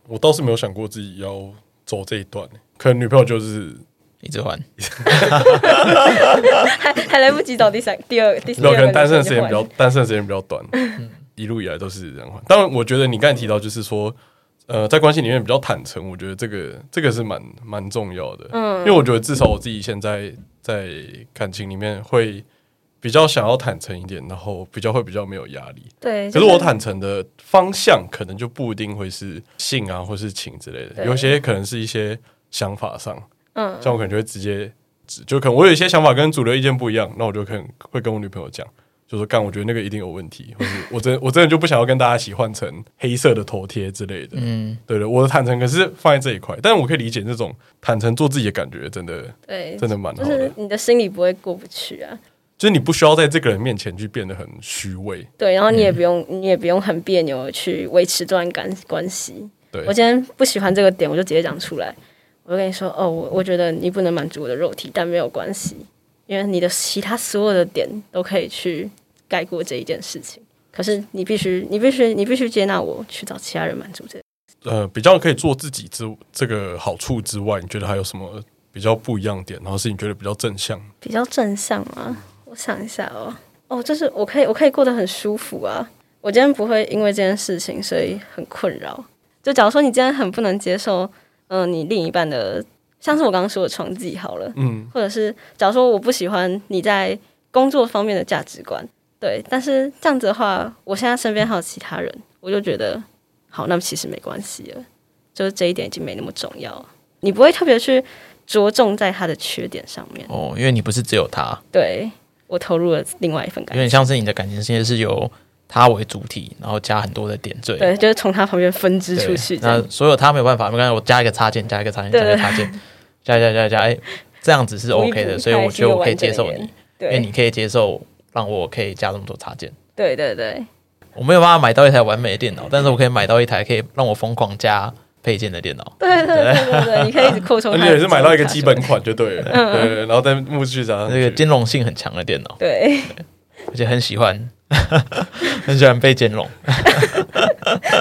Speaker 2: 我倒是没有想过自己要走这一段，可能女朋友就是
Speaker 1: 一直换，
Speaker 3: 还还来不及找第三、第二、第四
Speaker 2: 没
Speaker 3: 个
Speaker 2: 有，可能
Speaker 3: 人
Speaker 2: 单身的时
Speaker 3: 就
Speaker 2: 间
Speaker 3: 换
Speaker 2: 比较单身的时间比较短，一路以来都是这样换。当然，我觉得你刚才提到就是说，呃，在关系里面比较坦诚，我觉得这个这个是蛮蛮重要的。嗯，因为我觉得至少我自己现在在感情里面会比较想要坦诚一点，然后比较会比较没有压力。
Speaker 3: 对。就
Speaker 2: 可
Speaker 3: 是
Speaker 2: 我坦诚的方向，可能就不一定会是性啊，或是情之类的，
Speaker 3: 对
Speaker 2: 有些可能是一些想法上，
Speaker 3: 嗯，
Speaker 2: 像我可能就会直接，就可能我有一些想法跟主流意见不一样，那我就可能会跟我女朋友讲，就说干，我觉得那个一定有问题，或是 我真我真的就不想要跟大家一起换成黑色的头贴之类的。
Speaker 1: 嗯，
Speaker 2: 对的，我的坦诚可是放在这一块，但我可以理解那种坦诚做自己的感觉，真的
Speaker 3: 对，
Speaker 2: 真的蛮好
Speaker 3: 就
Speaker 2: 的，
Speaker 3: 是你的心里不会过不去啊。
Speaker 2: 就是你不需要在这个人面前去变得很虚伪。
Speaker 3: 对，然后你也不用，你也不用很别扭地去维持这段感关系。
Speaker 2: 对
Speaker 3: 我今天不喜欢这个点，我就直接讲出来。我就跟你说，哦，我我觉得你不能满足我的肉体，但没有关系，因为你的其他所有的点都可以去盖过这一件事情。可是你必须，你必须，你必须接纳我去找其他人满足这
Speaker 2: 呃比较可以做自己之这个好处之外，你觉得还有什么比较不一样点？然后是你觉得比较正向？
Speaker 3: 比较正向啊。我想一下哦，哦，就是我可以，我可以过得很舒服啊。我今天不会因为这件事情所以很困扰。就假如说你今天很不能接受，嗯、你另一半的，像是我刚刚说的床技好了，
Speaker 2: 嗯，
Speaker 3: 或者是假如说我不喜欢你在工作方面的价值观，对，但是这样子的话，我现在身边还有其他人，我就觉得好，那么其实没关系了，就是这一点已经没那么重要了，你不会特别去着重在他的缺点上面。
Speaker 1: 哦，因为你不是只有他，
Speaker 3: 对我投入了另外一份
Speaker 1: 有
Speaker 3: 感情，
Speaker 1: 点像是你的感情世界是由他为主体，然后加很多的点缀，
Speaker 3: 对，就是从他旁边分支
Speaker 1: 对
Speaker 3: 出去这
Speaker 1: 那
Speaker 3: 样。
Speaker 1: 所有他没有办法，刚才我加一个插件，加一个插件，
Speaker 3: 对
Speaker 1: 加一个插件，加加加加， 哎，这样子是
Speaker 3: 补一
Speaker 1: OK 的，
Speaker 3: 补
Speaker 1: 所以
Speaker 3: 它
Speaker 1: 我
Speaker 3: 还是
Speaker 1: 觉得
Speaker 3: 一个
Speaker 1: 我可以
Speaker 3: 完整
Speaker 1: 接
Speaker 3: 的
Speaker 1: 受
Speaker 3: 人
Speaker 1: 你，因为
Speaker 3: 对
Speaker 1: 你可以接受让我可以加这么多插件。
Speaker 3: 对对对
Speaker 1: 我没有办法买到一台完美的电
Speaker 3: 嗯
Speaker 1: 脑，但是我可以买到一台可以让我疯狂加配件的电脑。
Speaker 3: 对对对对对，你可以一直扩充
Speaker 2: 而
Speaker 3: 它的。
Speaker 2: 且也是买到一个基本款就对了，
Speaker 3: 嗯
Speaker 2: 对对，然后再陆续加上
Speaker 1: 那个
Speaker 2: 去。
Speaker 1: 兼容性很强的电脑，
Speaker 3: 对，
Speaker 1: 而且很喜欢， 很喜欢被兼容。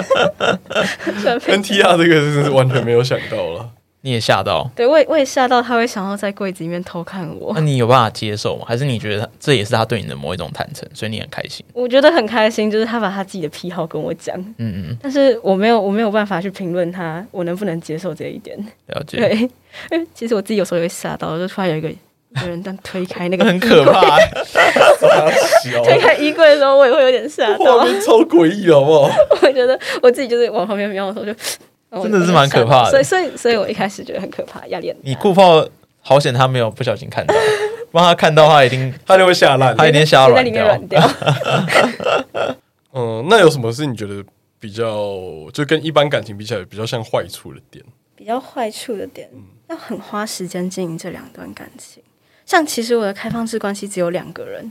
Speaker 3: 虽然被
Speaker 2: NTR 这个真是完全没有想到了，
Speaker 1: 你也吓到，
Speaker 3: 对我也我也吓到，他会想要在柜子里面偷看我
Speaker 1: 那，你有办法接受吗？还是你觉得他这也是他对你的某一种坦诚，所以你很开心？
Speaker 3: 我觉得很开心，就是他把他自己的癖好跟我讲，
Speaker 1: 嗯嗯，
Speaker 3: 但是我没有我没有办法去评论他，我能不能接受这一点？
Speaker 1: 了解。
Speaker 3: 对，因为其实我自己有时候也会吓到，就突然有一个有人这样推开那个
Speaker 1: 很可
Speaker 3: 衣柜，
Speaker 1: 怕、欸
Speaker 2: 傻小
Speaker 3: 推开衣柜的时候，我也会有点吓
Speaker 2: 画
Speaker 3: 到。
Speaker 2: 面超诡异，好不好？
Speaker 3: 我觉得我自己就是往旁边瞄的时候就，然后我
Speaker 1: 真的是蛮可怕的
Speaker 3: 所以，所以，所以我一开始觉得很可怕，压力很
Speaker 1: 你顾炮好险，他没有不小心看到，不然他看到他一定
Speaker 2: 他就会吓烂。
Speaker 1: 他一定吓到
Speaker 3: 大，在
Speaker 1: 软
Speaker 3: 里面
Speaker 1: 掉
Speaker 3: 软。掉。
Speaker 2: 嗯，那有什么是你觉得比较就跟一般感情比起来比较像坏处的点？
Speaker 3: 比较坏处的点，要很花时间经营这两段感情。像其实我的开放式关系只有两个人，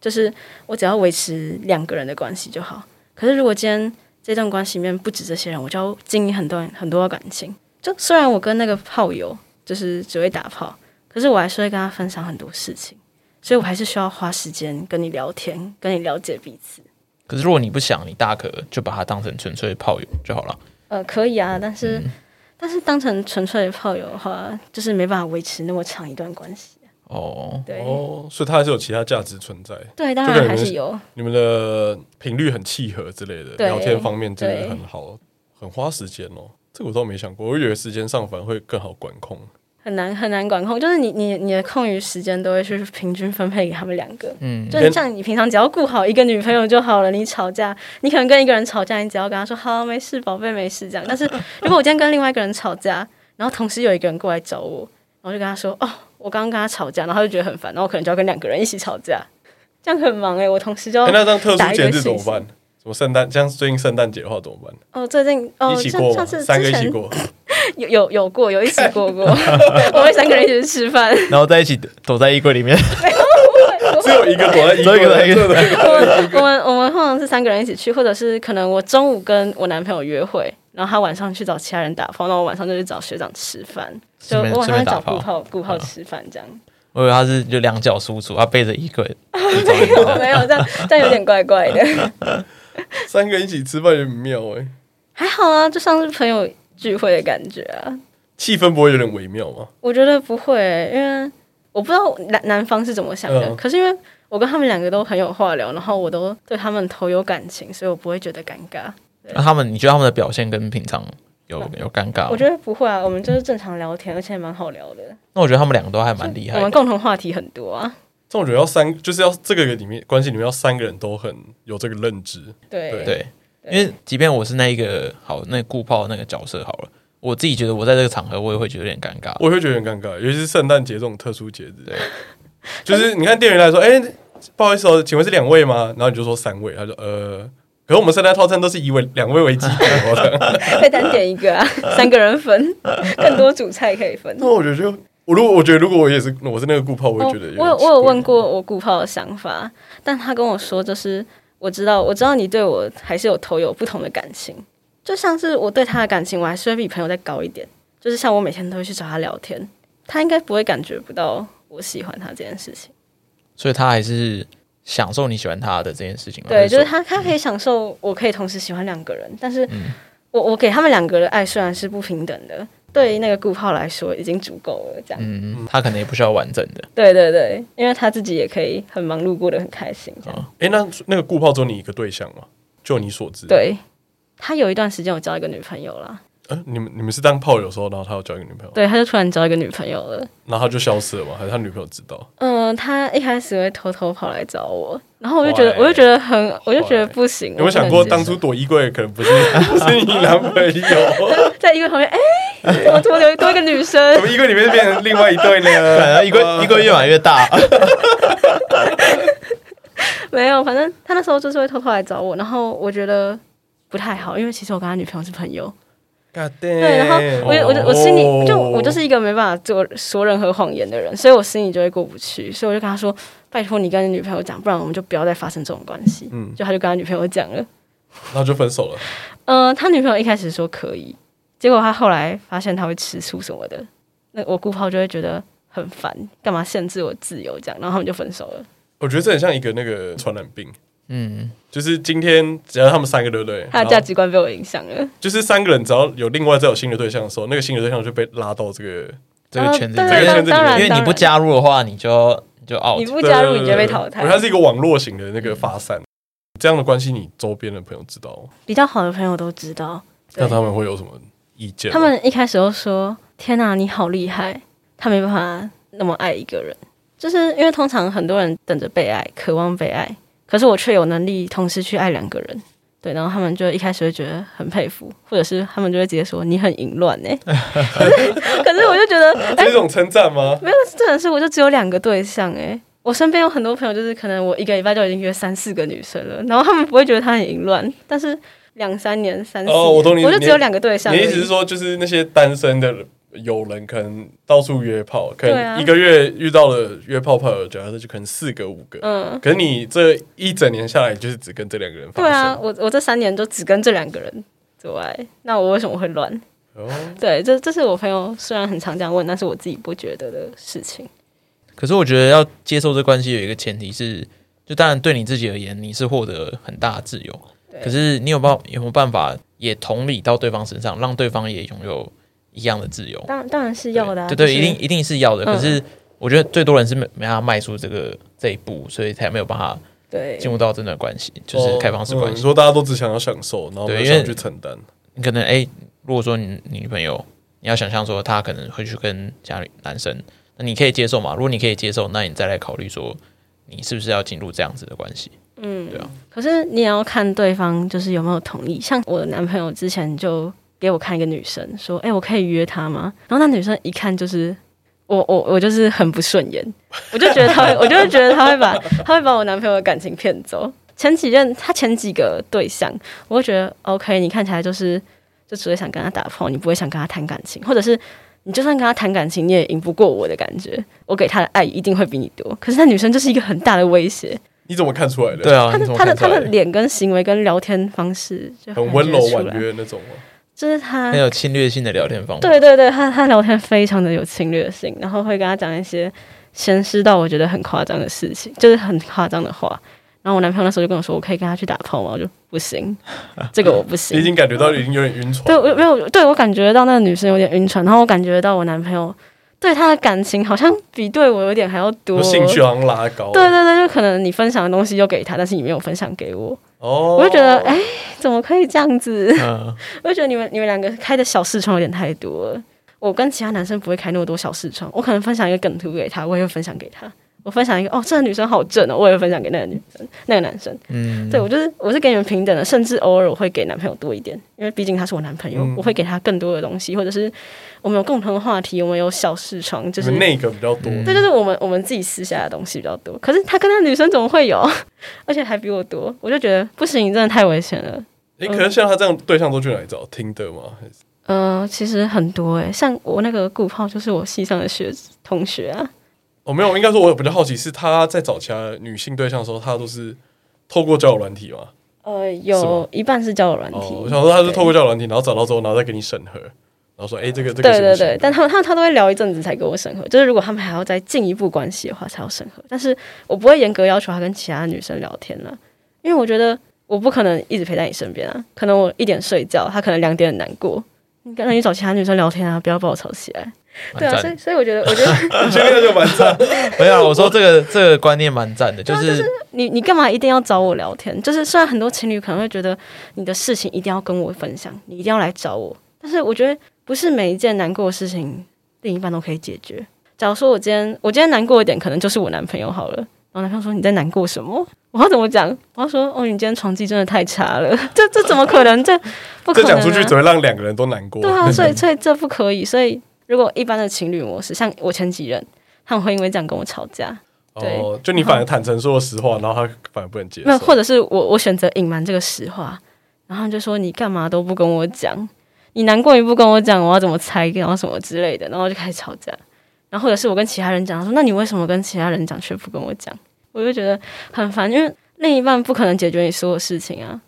Speaker 3: 就是我只要维持两个人的关系就好。可是如果今天这段关系里面不止这些人，我就要经营很多很多的感情。就虽然我跟那个炮友就是只会打炮，可是我还是会跟他分享很多事情，所以我还是需要花时间跟你聊天，跟你了解彼此。
Speaker 1: 可是如果你不想，你大可就把他当成纯粹的炮友就好了。
Speaker 3: 呃，可以啊，但是、但是当成纯粹的炮友的话，就是没办法维持那么长一段关系。
Speaker 1: 哦，
Speaker 3: 对、
Speaker 2: 哦，所以它还是有其他价值存在，
Speaker 3: 对，当
Speaker 2: 就
Speaker 3: 然
Speaker 2: 感觉
Speaker 3: 还
Speaker 2: 是
Speaker 3: 是有，
Speaker 2: 你们的频率很契合之类的，
Speaker 3: 对
Speaker 2: 聊天方面真的
Speaker 3: 对
Speaker 2: 很好，很花时间哦。这个我倒没想过，我以为时间上反而会更好管控。
Speaker 3: 很难很难管控，就是你你你的空余时间都会去平均分配给他们两个。
Speaker 1: 嗯，
Speaker 3: 就是像你平常只要顾好一个女朋友就好了，你吵架，你可能跟一个人吵架，你只要跟他说好没事，宝贝没事这样。但是如果我今天跟另外一个人吵架，然后同时有一个人过来找我，然后就跟他说：“哦，我刚刚跟他吵架，然后他就觉得很烦，然后我可能就要跟两个人一起吵 架，这样很忙哎、我同时就要
Speaker 2: 哎那这样特
Speaker 3: 打
Speaker 2: 殊
Speaker 3: 一
Speaker 2: 节
Speaker 3: 个
Speaker 2: 日怎
Speaker 3: 信
Speaker 2: 么
Speaker 3: 息
Speaker 2: 办？什么圣诞？像最近圣诞节的话怎么办？
Speaker 3: 哦，最近哦，
Speaker 2: 一起
Speaker 3: 上
Speaker 2: 过
Speaker 3: 上
Speaker 2: 吗？
Speaker 3: 次
Speaker 2: 三个
Speaker 3: 之
Speaker 2: 一起
Speaker 3: 前
Speaker 2: 过，
Speaker 3: 有有有过，有一起过 过，我们三个人一起去吃饭，
Speaker 1: 然后在一起躲在衣柜里面，
Speaker 2: 只有一个躲在衣
Speaker 1: 只有一
Speaker 2: 柜，
Speaker 1: 个躲在衣柜
Speaker 2: 真的
Speaker 3: 我我们我们通常是三个人一起去，或者是可能我中午跟我男朋友约会，然后他晚上去找其他人打炮，那我晚上就去找学长吃饭，就
Speaker 1: 顺便
Speaker 3: 我晚上去找
Speaker 1: 顺便打炮嗯
Speaker 3: 顾炮顾炮吃饭这样。
Speaker 1: 我以为他是就两脚输出，他背着衣柜，
Speaker 3: 没有没有，这样这样有点怪怪的。
Speaker 2: 三个一起吃饭也很妙哎、
Speaker 3: 还好啊，就像是朋友聚会的感觉啊，
Speaker 2: 气氛不会有点微妙吗？
Speaker 3: 我觉得不会、因为我不知道男男方是怎么想的，
Speaker 2: 嗯
Speaker 3: 可是因为我跟他们两个都很有话聊，然后我都对他们投有感情，所以我不会觉得尴尬。
Speaker 1: 那他们你觉得他们的表现跟平常有有尴尬吗？
Speaker 3: 我觉得不会啊，我们就是正常聊天，而且蛮好聊的。
Speaker 1: 那我觉得他们两个都还蛮厉
Speaker 3: 我
Speaker 1: 害
Speaker 3: 们
Speaker 1: 的，
Speaker 3: 共同话题很多啊，
Speaker 2: 但我觉得要三，就是要这个里面关系里面要三个人都很有这个认知，
Speaker 3: 对
Speaker 2: 对
Speaker 1: 对，因为即便我是那一个好那个顾炮那个角色好了，我自己觉得我在这个场合我也会觉得有点尴尬，
Speaker 2: 我也会觉得很尴尬，尤其是圣诞节这种特殊节日。就是你看店员来说，哎、不好意思哦，请问是两位吗？然后你就说三位，他说呃，可是我们圣诞套餐都是以为两位为基础 的。
Speaker 3: 可以单点一 个啊，三个人分，更多主菜可以分。
Speaker 2: 那我觉得就我如果我觉得如果我也是我是那个顾炮，我
Speaker 3: 哦
Speaker 2: 也觉得、
Speaker 3: 我有我有问过，我顾炮的想法，但他跟我说，就是我知道我知道你对我还是有投有不同的感情，就像是我对他的感情，我还是会比朋友再高一点。就是像我每天都会去找他聊天，他应该不会感觉不到我喜欢他这件事情。
Speaker 1: 所以他还是享受你喜欢他的这件事
Speaker 2: 嗯
Speaker 1: 情嘛。
Speaker 3: 对，就是
Speaker 1: 说
Speaker 3: 他，他可以享受，我可以同时喜欢两个人，但是
Speaker 2: 嗯
Speaker 3: 我我给他们两个的爱虽然是不平等的，对于那个顾炮来说已经足够了。这样，
Speaker 1: 嗯，他可能也不需要完整 的，
Speaker 3: 对对对，因为他自己也可以很忙碌，过得很开心。这样，
Speaker 2: 哎、那那个顾炮只有你一个对象吗？就你所知，，
Speaker 3: 对他有一段时间有交一个女朋友啦，
Speaker 2: 呃，你们你们是当炮友的时候，然后他有交一个女朋友，
Speaker 3: 对，他就突然交一个女朋友了。
Speaker 2: 然后他就消失了吗？还是他女朋友知道？
Speaker 3: 嗯、他一开始会偷偷跑来找我，然后我就觉得
Speaker 2: 坏，
Speaker 3: 我就觉得很，我就觉得不行。
Speaker 2: 有没有
Speaker 3: 我不能
Speaker 2: 想过，
Speaker 3: 接受
Speaker 2: 当初躲衣柜可能不是 不是你男朋 友，
Speaker 3: 在衣柜旁边， 哎、怎么怎么有多一个女生？
Speaker 2: 怎么衣柜里面变成另外一对呢？
Speaker 1: 啊一个一个越买越 大，
Speaker 3: 没有，反正他那时候就是会偷偷来找我，然后我觉得不太好，因为其实我跟他女朋友是朋友。对，
Speaker 2: 对
Speaker 3: 然后我就我就我心里就我就
Speaker 2: 哦
Speaker 3: 是一个没办法做说任何谎言的人，所以我心里就会过不去，所以我就跟他说：“拜托你跟你女朋友讲，不然我们就不要再发生这种关系。”
Speaker 2: 嗯
Speaker 3: 就他就跟他女朋友讲了。
Speaker 2: 然后就分手了。
Speaker 3: 嗯、他女朋友一开始说可以，结果他后来发现他会吃醋什么的，那我顾炮就会觉得很烦，干嘛限制我自由这样，然后他们就分手了。
Speaker 2: 我觉得这很像一个那个传染病，
Speaker 1: 嗯，
Speaker 2: 就是今天只要他们三个对不对？
Speaker 3: 他的
Speaker 2: 然
Speaker 3: 价
Speaker 2: 后
Speaker 3: 值观被我影响了。
Speaker 2: 就是三个人只要有另外再有新的对象的时候，那个新的对象就被拉到这个，
Speaker 1: 这个圈子
Speaker 3: 哦
Speaker 1: 里
Speaker 3: 对
Speaker 2: 这
Speaker 1: 面，
Speaker 2: 个圈子里面
Speaker 3: 当然，
Speaker 1: 因为
Speaker 3: 当
Speaker 1: 你不
Speaker 3: 然
Speaker 1: 加入的话，你就你就 out
Speaker 3: 你。不加入，
Speaker 2: 对
Speaker 3: 你就会被淘汰
Speaker 2: 我觉。得它是一个网络型的那个发散。这样的关系，你周边的朋友知道吗，
Speaker 3: 比较好的朋友都知道，对
Speaker 2: 那他们会有什么意见吗？
Speaker 3: 他们一开始都说：“天哪、你好厉害！”他没办法那么爱一个人，就是因为通常很多人等着被爱，渴望被爱，可是我却有能力同时去爱两个人。对，然后他们就一开始会觉得很佩服，或者是他们就会直接说：“你很淫乱呢、 可是可是我就觉得，哎、
Speaker 2: 这是一种称赞吗？
Speaker 3: 没有，这种事我就只有两个对象哎、我身边有很多朋友，就是可能我一个礼拜就已经约三四个女生了，然后他们不会觉得他很淫乱，但是两三年、三四年，
Speaker 2: 哦我懂你
Speaker 3: 就只有两个对象而
Speaker 2: 你
Speaker 3: 已。
Speaker 2: 的意思是说，就是那些单身的友人，可能到处约炮，可
Speaker 3: 对啊
Speaker 2: 能一个月遇到了约炮炮友，假设就可能四个五个。
Speaker 3: 嗯，
Speaker 2: 可是你这一整年下来，就是只跟这两个人发
Speaker 3: 对
Speaker 2: 生。
Speaker 3: 啊，我我这三年就只跟这两个人做爱，那我为什么会乱？
Speaker 2: 哦，
Speaker 3: 对，这这是我朋友虽然很常这样问，但是我自己不觉得的事情。
Speaker 1: 可是我觉得要接受这关系有一个前提是，就当然对你自己而言，你是获得很大的自由，
Speaker 3: 对
Speaker 1: 可是你有办有没有办法也同理到对方身上，让对方也拥有一样的自由？
Speaker 3: 当然当然是要的、啊，
Speaker 1: 对对，
Speaker 3: 就是
Speaker 1: 一定一定是要的。
Speaker 3: 嗯
Speaker 1: 可是我觉得最多人是没没办法迈出这个这一步，所以才没有办法
Speaker 3: 对
Speaker 1: 进入到真的关系，就是开放式关
Speaker 2: 嗯你
Speaker 1: 系。
Speaker 2: 说大家都只想要享受，然后
Speaker 1: 对
Speaker 2: 没有
Speaker 1: 因为
Speaker 2: 想去承担。
Speaker 1: 你可能哎，如果说你你女朋友，你要想象说她可能会去跟家里男生，那你可以接受嘛？如果你可以接受，那你再来考虑说你是不是要进入这样子的关系。
Speaker 3: 嗯，
Speaker 1: 对啊
Speaker 3: 可是你也要看对方就是有没有同意。像我的男朋友之前就给我看一个女生，说：“哎、我可以约她吗？”然后那女生一看就是我我我就是很不顺眼， 我就觉得他会，我就是觉得他会把他会把我男朋友的感情骗走。前几任他前几个对象，我会觉得 OK，你看起来就是就只会想跟他打炮，你不会想跟他谈感情，或者是你就算跟他谈感情，你也赢不过我的感觉。我给他的爱一定会比你多。可是那女生就是一个很大的威胁，
Speaker 2: 你怎么看出来的？
Speaker 1: 对啊，
Speaker 3: 她的
Speaker 1: 你怎么
Speaker 3: 她的
Speaker 1: 看出
Speaker 3: 她
Speaker 1: 来
Speaker 3: 的脸跟行为跟聊天方式就
Speaker 2: 很温柔
Speaker 3: 感觉出来
Speaker 2: 婉约的那种吗？
Speaker 3: 就是她
Speaker 1: 很有侵略性的聊天方法。
Speaker 3: 对对对，他他聊天非常的有侵略性，然后会跟他讲一些闲事到我觉得很夸张的事情，就是很夸张的话。然后我男朋友那时候就跟我说：“我可以跟他去打炮吗？”我就不 行，这个我不
Speaker 1: 啊
Speaker 2: 你已
Speaker 3: 行。
Speaker 2: 经感觉到已经有点晕船
Speaker 3: 对，，我没有，对我感觉到那个女生有点晕船，然后我感觉到我男朋友对她的感情好像比对我有点还要多。
Speaker 2: 我兴趣啊好像拉高。
Speaker 3: 对对对，就可能你分享的东西又给他，但是你没有分享给我，
Speaker 2: 哦，
Speaker 3: 我就觉得哎、怎么可以这样子？
Speaker 1: 嗯，
Speaker 3: 我就觉得你们你们两个开的小视窗有点太多了。我跟其他男生不会开那么多小视窗，我可能分享一个梗图给他，我也会分享给他。我分享一个哦，这个女生好正哦，我也会分享给那个女生、那个男生。
Speaker 1: 嗯，
Speaker 3: 对我就是我是给你们平等的，甚至偶尔我会给男朋友多一点，因为毕竟他是我男朋友，
Speaker 2: 嗯
Speaker 3: 我会给他更多的东西，或者是我们有共同的话题，我们有小视窗，就
Speaker 2: 你
Speaker 3: 是
Speaker 2: 们那个比较多，
Speaker 1: 嗯
Speaker 3: 这就是我们我们自己私下的东西比较多。可是他跟那女生怎么会有？ 而且还比我多，我就觉得不行，你真的太危险了。
Speaker 2: 哎、可是像他这样对象都去哪里找？听的吗？还是
Speaker 3: 呃，其实很多诶、像我那个顾炮就是我系上的学同学啊，
Speaker 2: 哦，没有，应该说我比较好奇是他在找其他女性对象的时候，他都是透过交友软体嘛？
Speaker 3: 呃，
Speaker 2: 是吗
Speaker 3: 有一半是交友软体，
Speaker 2: 哦，我想说他是透过
Speaker 3: 对
Speaker 2: 交友软体，然后找到之后，然后再给你审核，然后说，哎、这个这个
Speaker 3: 对
Speaker 2: 行不
Speaker 3: 对
Speaker 2: 行
Speaker 3: 对，但他们他们他都会聊一阵子才给我审核，就是如果他们还要再进一步关系的话才要审核，但是我不会严格要求他跟其他女生聊天了，因为我觉得我不可能一直陪在你身边啊，可能我一点睡觉，他可能两点很难过，你赶紧去找其他女生聊天啊，不要把我吵起来。对
Speaker 1: 蛮
Speaker 3: 啊，所
Speaker 1: 赞
Speaker 3: 以所以我觉得我觉得
Speaker 2: 你前面就蛮赞，
Speaker 1: 的。没有啊，我说这个这个观念蛮赞的，啊就是
Speaker 3: 你你干嘛一定要找我聊天？就是虽然很多情侣可能会觉得你的事情一定要跟我分享，你一定要来找我，但是我觉得不是每一件难过的事情，另一半都可以解决。假如说我今天我今天难过一点，可能就是我男朋友好了。然后男朋友说你在难过什么？我要怎么讲？我要说哦，你今天成绩真的太差了， 这这怎么可能？这不可
Speaker 2: 这
Speaker 3: 能、啊。
Speaker 2: 讲出去只会让两个人都难过。
Speaker 3: 对啊，所以所以这不可以。所以如果一般的情侣模式，像我前几任，他们会因为这样跟我吵架。
Speaker 2: 哦，就你反而坦诚说实话，然后他反而不能接
Speaker 3: 那
Speaker 2: 受。
Speaker 3: 或者是我我选择隐瞒这个实话，然后就说你干嘛都不跟我讲，你难过你不跟我讲，我要怎么猜，然后什么之类的，然后就开始吵架。然后或者是我跟其他人讲，他说那你为什么跟其他人讲却不跟我讲？我就觉得很烦，因为另一半不可能解决你所有事情啊。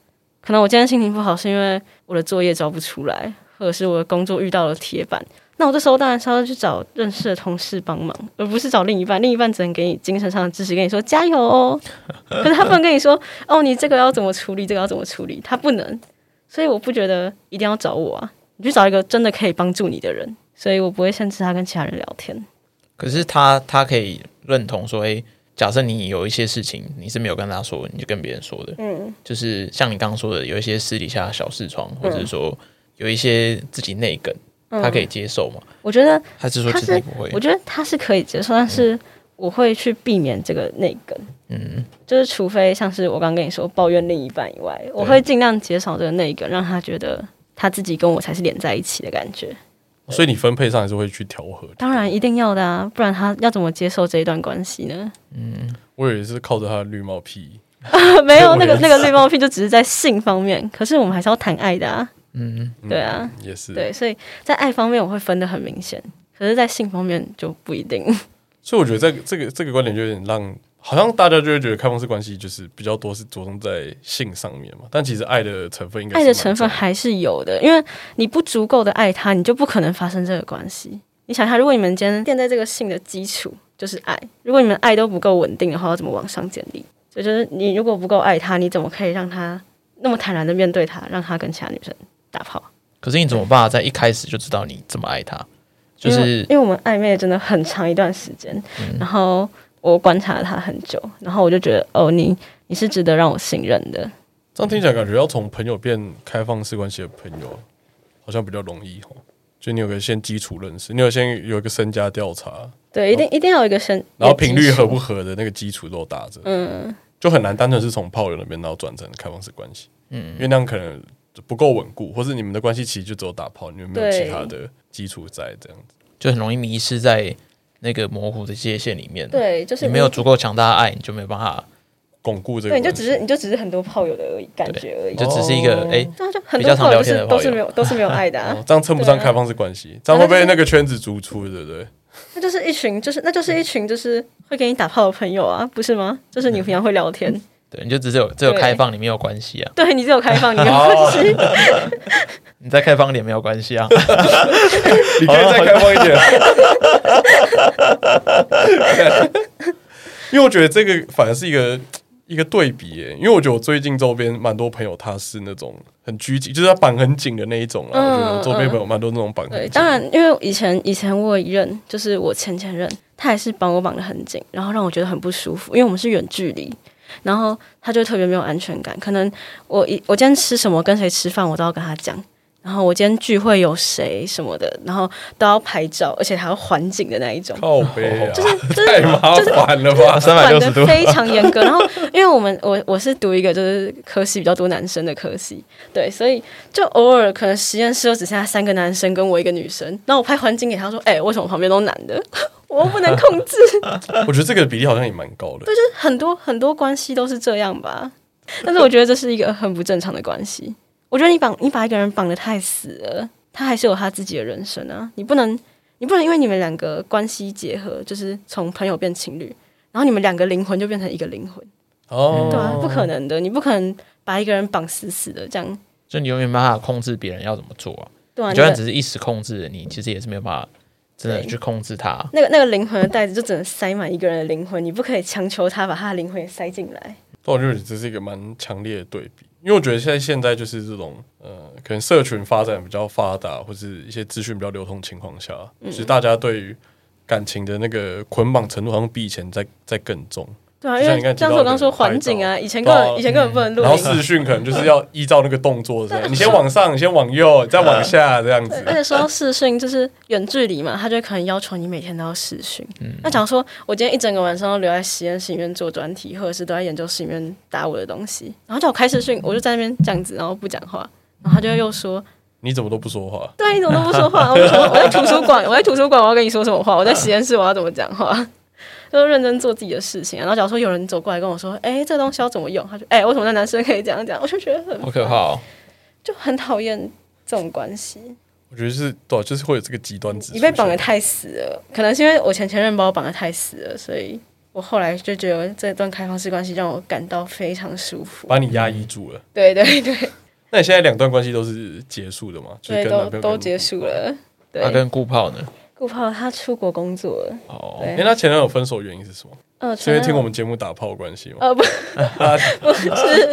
Speaker 3: 可能我今天心情不好，是因为我的作业交不出来，或者是我的工作遇到了铁板。那我这时候当然是要去找认识的同事帮忙，而不是找另一半。另一半只能给你精神上的支持，跟你说加油哦。 可是他不能跟你说哦，你这个要怎么处理，这个要怎么处理，他不能。所以我不觉得一定要找我啊，你去找一个真的可以帮助你的人。所以我不会限制他跟其他人聊天。
Speaker 1: 可是他他可以认同说，哎、假设你有一些事情你是没有跟他说，你就跟别人说的，嗯，就是像你刚刚说的，有一些私底下的小视窗，或者是说有一些自己内梗，他可以接受嘛？
Speaker 3: 我觉得
Speaker 1: 还是说
Speaker 3: 嗯他
Speaker 1: 其实
Speaker 3: 是
Speaker 1: 你不会
Speaker 3: 我？觉得他是可以接受，但是我会去避免这个内梗。
Speaker 1: 嗯，
Speaker 3: 就是除非像是我刚跟你说抱怨另一半以外，我会尽量减少这个内梗，让他觉得他自己跟我才是连在一起的感觉。
Speaker 2: 所以你分配上还是会去调和。
Speaker 3: 当然一定要的啊，不然他要怎么接受这一段关系呢？
Speaker 2: 我以为是靠着他的绿帽屁，
Speaker 3: 没有那个那个绿帽癖就只是在性方面，可是我们还是要谈爱的啊。
Speaker 1: 嗯，
Speaker 2: 嗯
Speaker 3: 对啊，
Speaker 2: 也是。
Speaker 3: 对，所以在爱方面我会分得很明显，可是，在性方面就不一定。
Speaker 2: 所以我觉得这个这个这个观点就有点让，好像大家就会觉得开放式关系就是比较多是着重在性上面嘛，但其实爱的成分应该
Speaker 3: 爱
Speaker 2: 是
Speaker 3: 的成分
Speaker 2: 蛮重
Speaker 3: 还是有的，因为你不足够的爱他，你就不可能发生这个关系。你想一下，如果你们今天建在这个性的基础就是爱，如果你们爱都不够稳定的话，要怎么往上建立？所以就是你如果不够爱他，你怎么可以让他那么坦然的面对他，让他跟其他女生打炮？
Speaker 1: 可是你怎么办法在一开始就知道你这么爱他？就是嗯
Speaker 3: 因为因为我们暧昧真的很长一段时间，然后我观察了他很久，然后我就觉得哦，你你是值得让我信任的，
Speaker 2: 这样听起来感觉要从朋友变开放式关系的朋友，好像比较容易哦。就你有个先基础认识，你有先有一个身家调查，
Speaker 1: 哦
Speaker 3: 对，一定一定要有一个深，
Speaker 2: 然后频率合
Speaker 3: 很
Speaker 2: 不合的那个基础都有打着，
Speaker 3: 嗯，
Speaker 2: 就很难单纯是从炮友那边然后转成开放式关系，嗯，因为那样可能不够稳固，或是你们的关系其实就只有打炮，你们没有
Speaker 3: 对
Speaker 2: 其他的基础在这样子。
Speaker 1: 就很容易迷失在那个模糊的界限里面。，
Speaker 3: 对，就是
Speaker 1: 你没有足够强大的爱，你就没有办法，
Speaker 2: 巩固这个
Speaker 3: 对，
Speaker 2: 关
Speaker 3: 你
Speaker 2: 系。
Speaker 3: 就只是你就只是很多炮友的而已，感觉而已。
Speaker 1: 你就只是一个
Speaker 2: 哦
Speaker 1: 哎、诶
Speaker 3: 对啊，就很
Speaker 1: 比
Speaker 3: 多
Speaker 1: 较常
Speaker 3: 炮友
Speaker 1: 聊
Speaker 3: 就
Speaker 1: 天的
Speaker 3: 是
Speaker 1: 炮友
Speaker 3: 都是 没有都是没有爱的、啊
Speaker 2: 哦，这样称不上
Speaker 3: 对啊
Speaker 2: 开放式关系，这样会被那个圈子逐出，对不对？
Speaker 3: 那就是一群就是那就是一群就是会跟你打炮的朋友啊，不是吗？就是你平常会聊天，
Speaker 1: 对，你就只是有只有
Speaker 3: 对
Speaker 1: 开放，你没有关系啊，
Speaker 3: 对你只有开放，你没有关系。
Speaker 1: 你再开放一点没有关系啊。
Speaker 2: 你可以再开放一点。因为我觉得这个反而是一个一个对比耶，因为我觉得我最近周边蛮多朋友他是那种很拘谨，就是他绑很紧的那一种啊。
Speaker 3: 嗯
Speaker 2: 我觉得我周边朋友蛮多那种绑很
Speaker 3: 对，
Speaker 2: 紧。
Speaker 3: 当然，因为以前以前我有一任，就是我前前任，他也是绑我绑得很紧，然后让我觉得很不舒服，因为我们是远距离，然后他就特别没有安全感。可能我一我今天吃什么，跟谁吃饭，我都要跟他讲。然后我今天聚会有谁什么的，然后都要拍照，而且还要环境的那一种，
Speaker 2: 靠背啊，
Speaker 3: 就是
Speaker 2: 太麻烦了 吧？
Speaker 1: 三百
Speaker 3: 管
Speaker 1: 六
Speaker 3: 得
Speaker 1: 十度，
Speaker 3: 非常严格。然后，因为我们我我是读一个就是科系比较多男生的科系，对，所以就偶尔可能实验室就只剩下三个男生跟我一个女生。然后我拍环境给他说：“哎、为什么旁边都男的？ 我又不能控制。
Speaker 2: 我觉得这个比例好像也蛮高的”。
Speaker 3: 就是很多很多关系都是这样吧。但是我觉得这是一个很不正常的关系。我觉得你绑你把一个人绑得太死了，他还是有他自己的人生啊。你不能你不能因为你们两个关系结合，就是从朋友变情侣，然后你们两个灵魂就变成一个灵魂。
Speaker 2: 哦，
Speaker 3: 对啊，不可能的，你不可能把一个人绑死死的这样。
Speaker 1: 就你永远没办法控制别人要怎么做啊。
Speaker 3: 对啊，
Speaker 1: 你就
Speaker 3: 那
Speaker 1: 算
Speaker 3: 个
Speaker 1: 只是一时控制，你其实也是没有办法真的
Speaker 3: 对
Speaker 1: 去控制它。
Speaker 3: 那个那个灵魂的袋子就只能塞满一个人的灵魂，你不可以强求他把他的灵魂也塞进来。
Speaker 2: 但我觉得这是一个蛮强烈的对比，因为我觉得现在现在就是这种呃，可能社群发展比较发达，或是一些资讯比较流通的情况下，
Speaker 3: 嗯
Speaker 2: 其实大家对于感情的那个捆绑程度好像比以前在在更重，
Speaker 3: 对啊，
Speaker 2: 就
Speaker 3: 因
Speaker 2: 像
Speaker 3: 为
Speaker 2: 你刚才提
Speaker 3: 像是我
Speaker 2: 到
Speaker 3: 刚
Speaker 2: 的
Speaker 3: 说环
Speaker 2: 拍
Speaker 3: 境啊，
Speaker 2: 照
Speaker 3: 以前根本
Speaker 2: 对啊
Speaker 3: 以前根本不能录
Speaker 2: 然后
Speaker 3: 影，
Speaker 2: 视讯可能就是要依照那个动作这样，你先往上，你先往右，再往下这样
Speaker 3: 而
Speaker 2: 子。
Speaker 3: 且说到视讯呃就是远距离嘛，他就可能要求你每天都要视讯。
Speaker 2: 嗯
Speaker 3: 那假如说我今天一整个晚上都留在实验室里面做专题，或者是都在研究室里面打我的东西，然后叫我开视讯，我就在那边这样子，然后不讲话，然后他就又说
Speaker 2: 你怎么都不说话？
Speaker 3: 对，你怎么都不说话？ 我想说我在图书馆，我在图书馆，我要跟你说什么话？我在实验室，我要怎么讲话？ 就认真做自己的事情、啊。然后假如说有人走过来跟我说：“哎、这东西要怎么用？”他就：“哎、为什么那男生可以这样讲？”我就觉得很
Speaker 1: 好可怕哦！
Speaker 3: 就很讨厌这种关系。
Speaker 2: 我觉得是对啊，就是会有这个极端值。
Speaker 3: 你被绑得太死了，可能是因为我前前任把我绑得太死了，所以我后来就觉得这段开放式关系让我感到非常舒服。
Speaker 2: 把你压抑住了。
Speaker 3: 对 对对
Speaker 2: 那你现在两段关系都是结束的吗？就
Speaker 3: 对，
Speaker 2: 是跟男
Speaker 3: 都
Speaker 2: 朋友
Speaker 3: 都
Speaker 2: 跟
Speaker 3: 结束。了。
Speaker 1: 他
Speaker 3: 对，
Speaker 1: 跟顾炮呢？
Speaker 3: 顾炮他出国工作了。
Speaker 1: 哦，
Speaker 2: 哎，
Speaker 3: 对，
Speaker 2: 那前男友分手原因是什么？
Speaker 3: 呃，
Speaker 2: 是因为听我
Speaker 3: 们
Speaker 2: 们节目打炮的关系吗？啊
Speaker 3: 呃不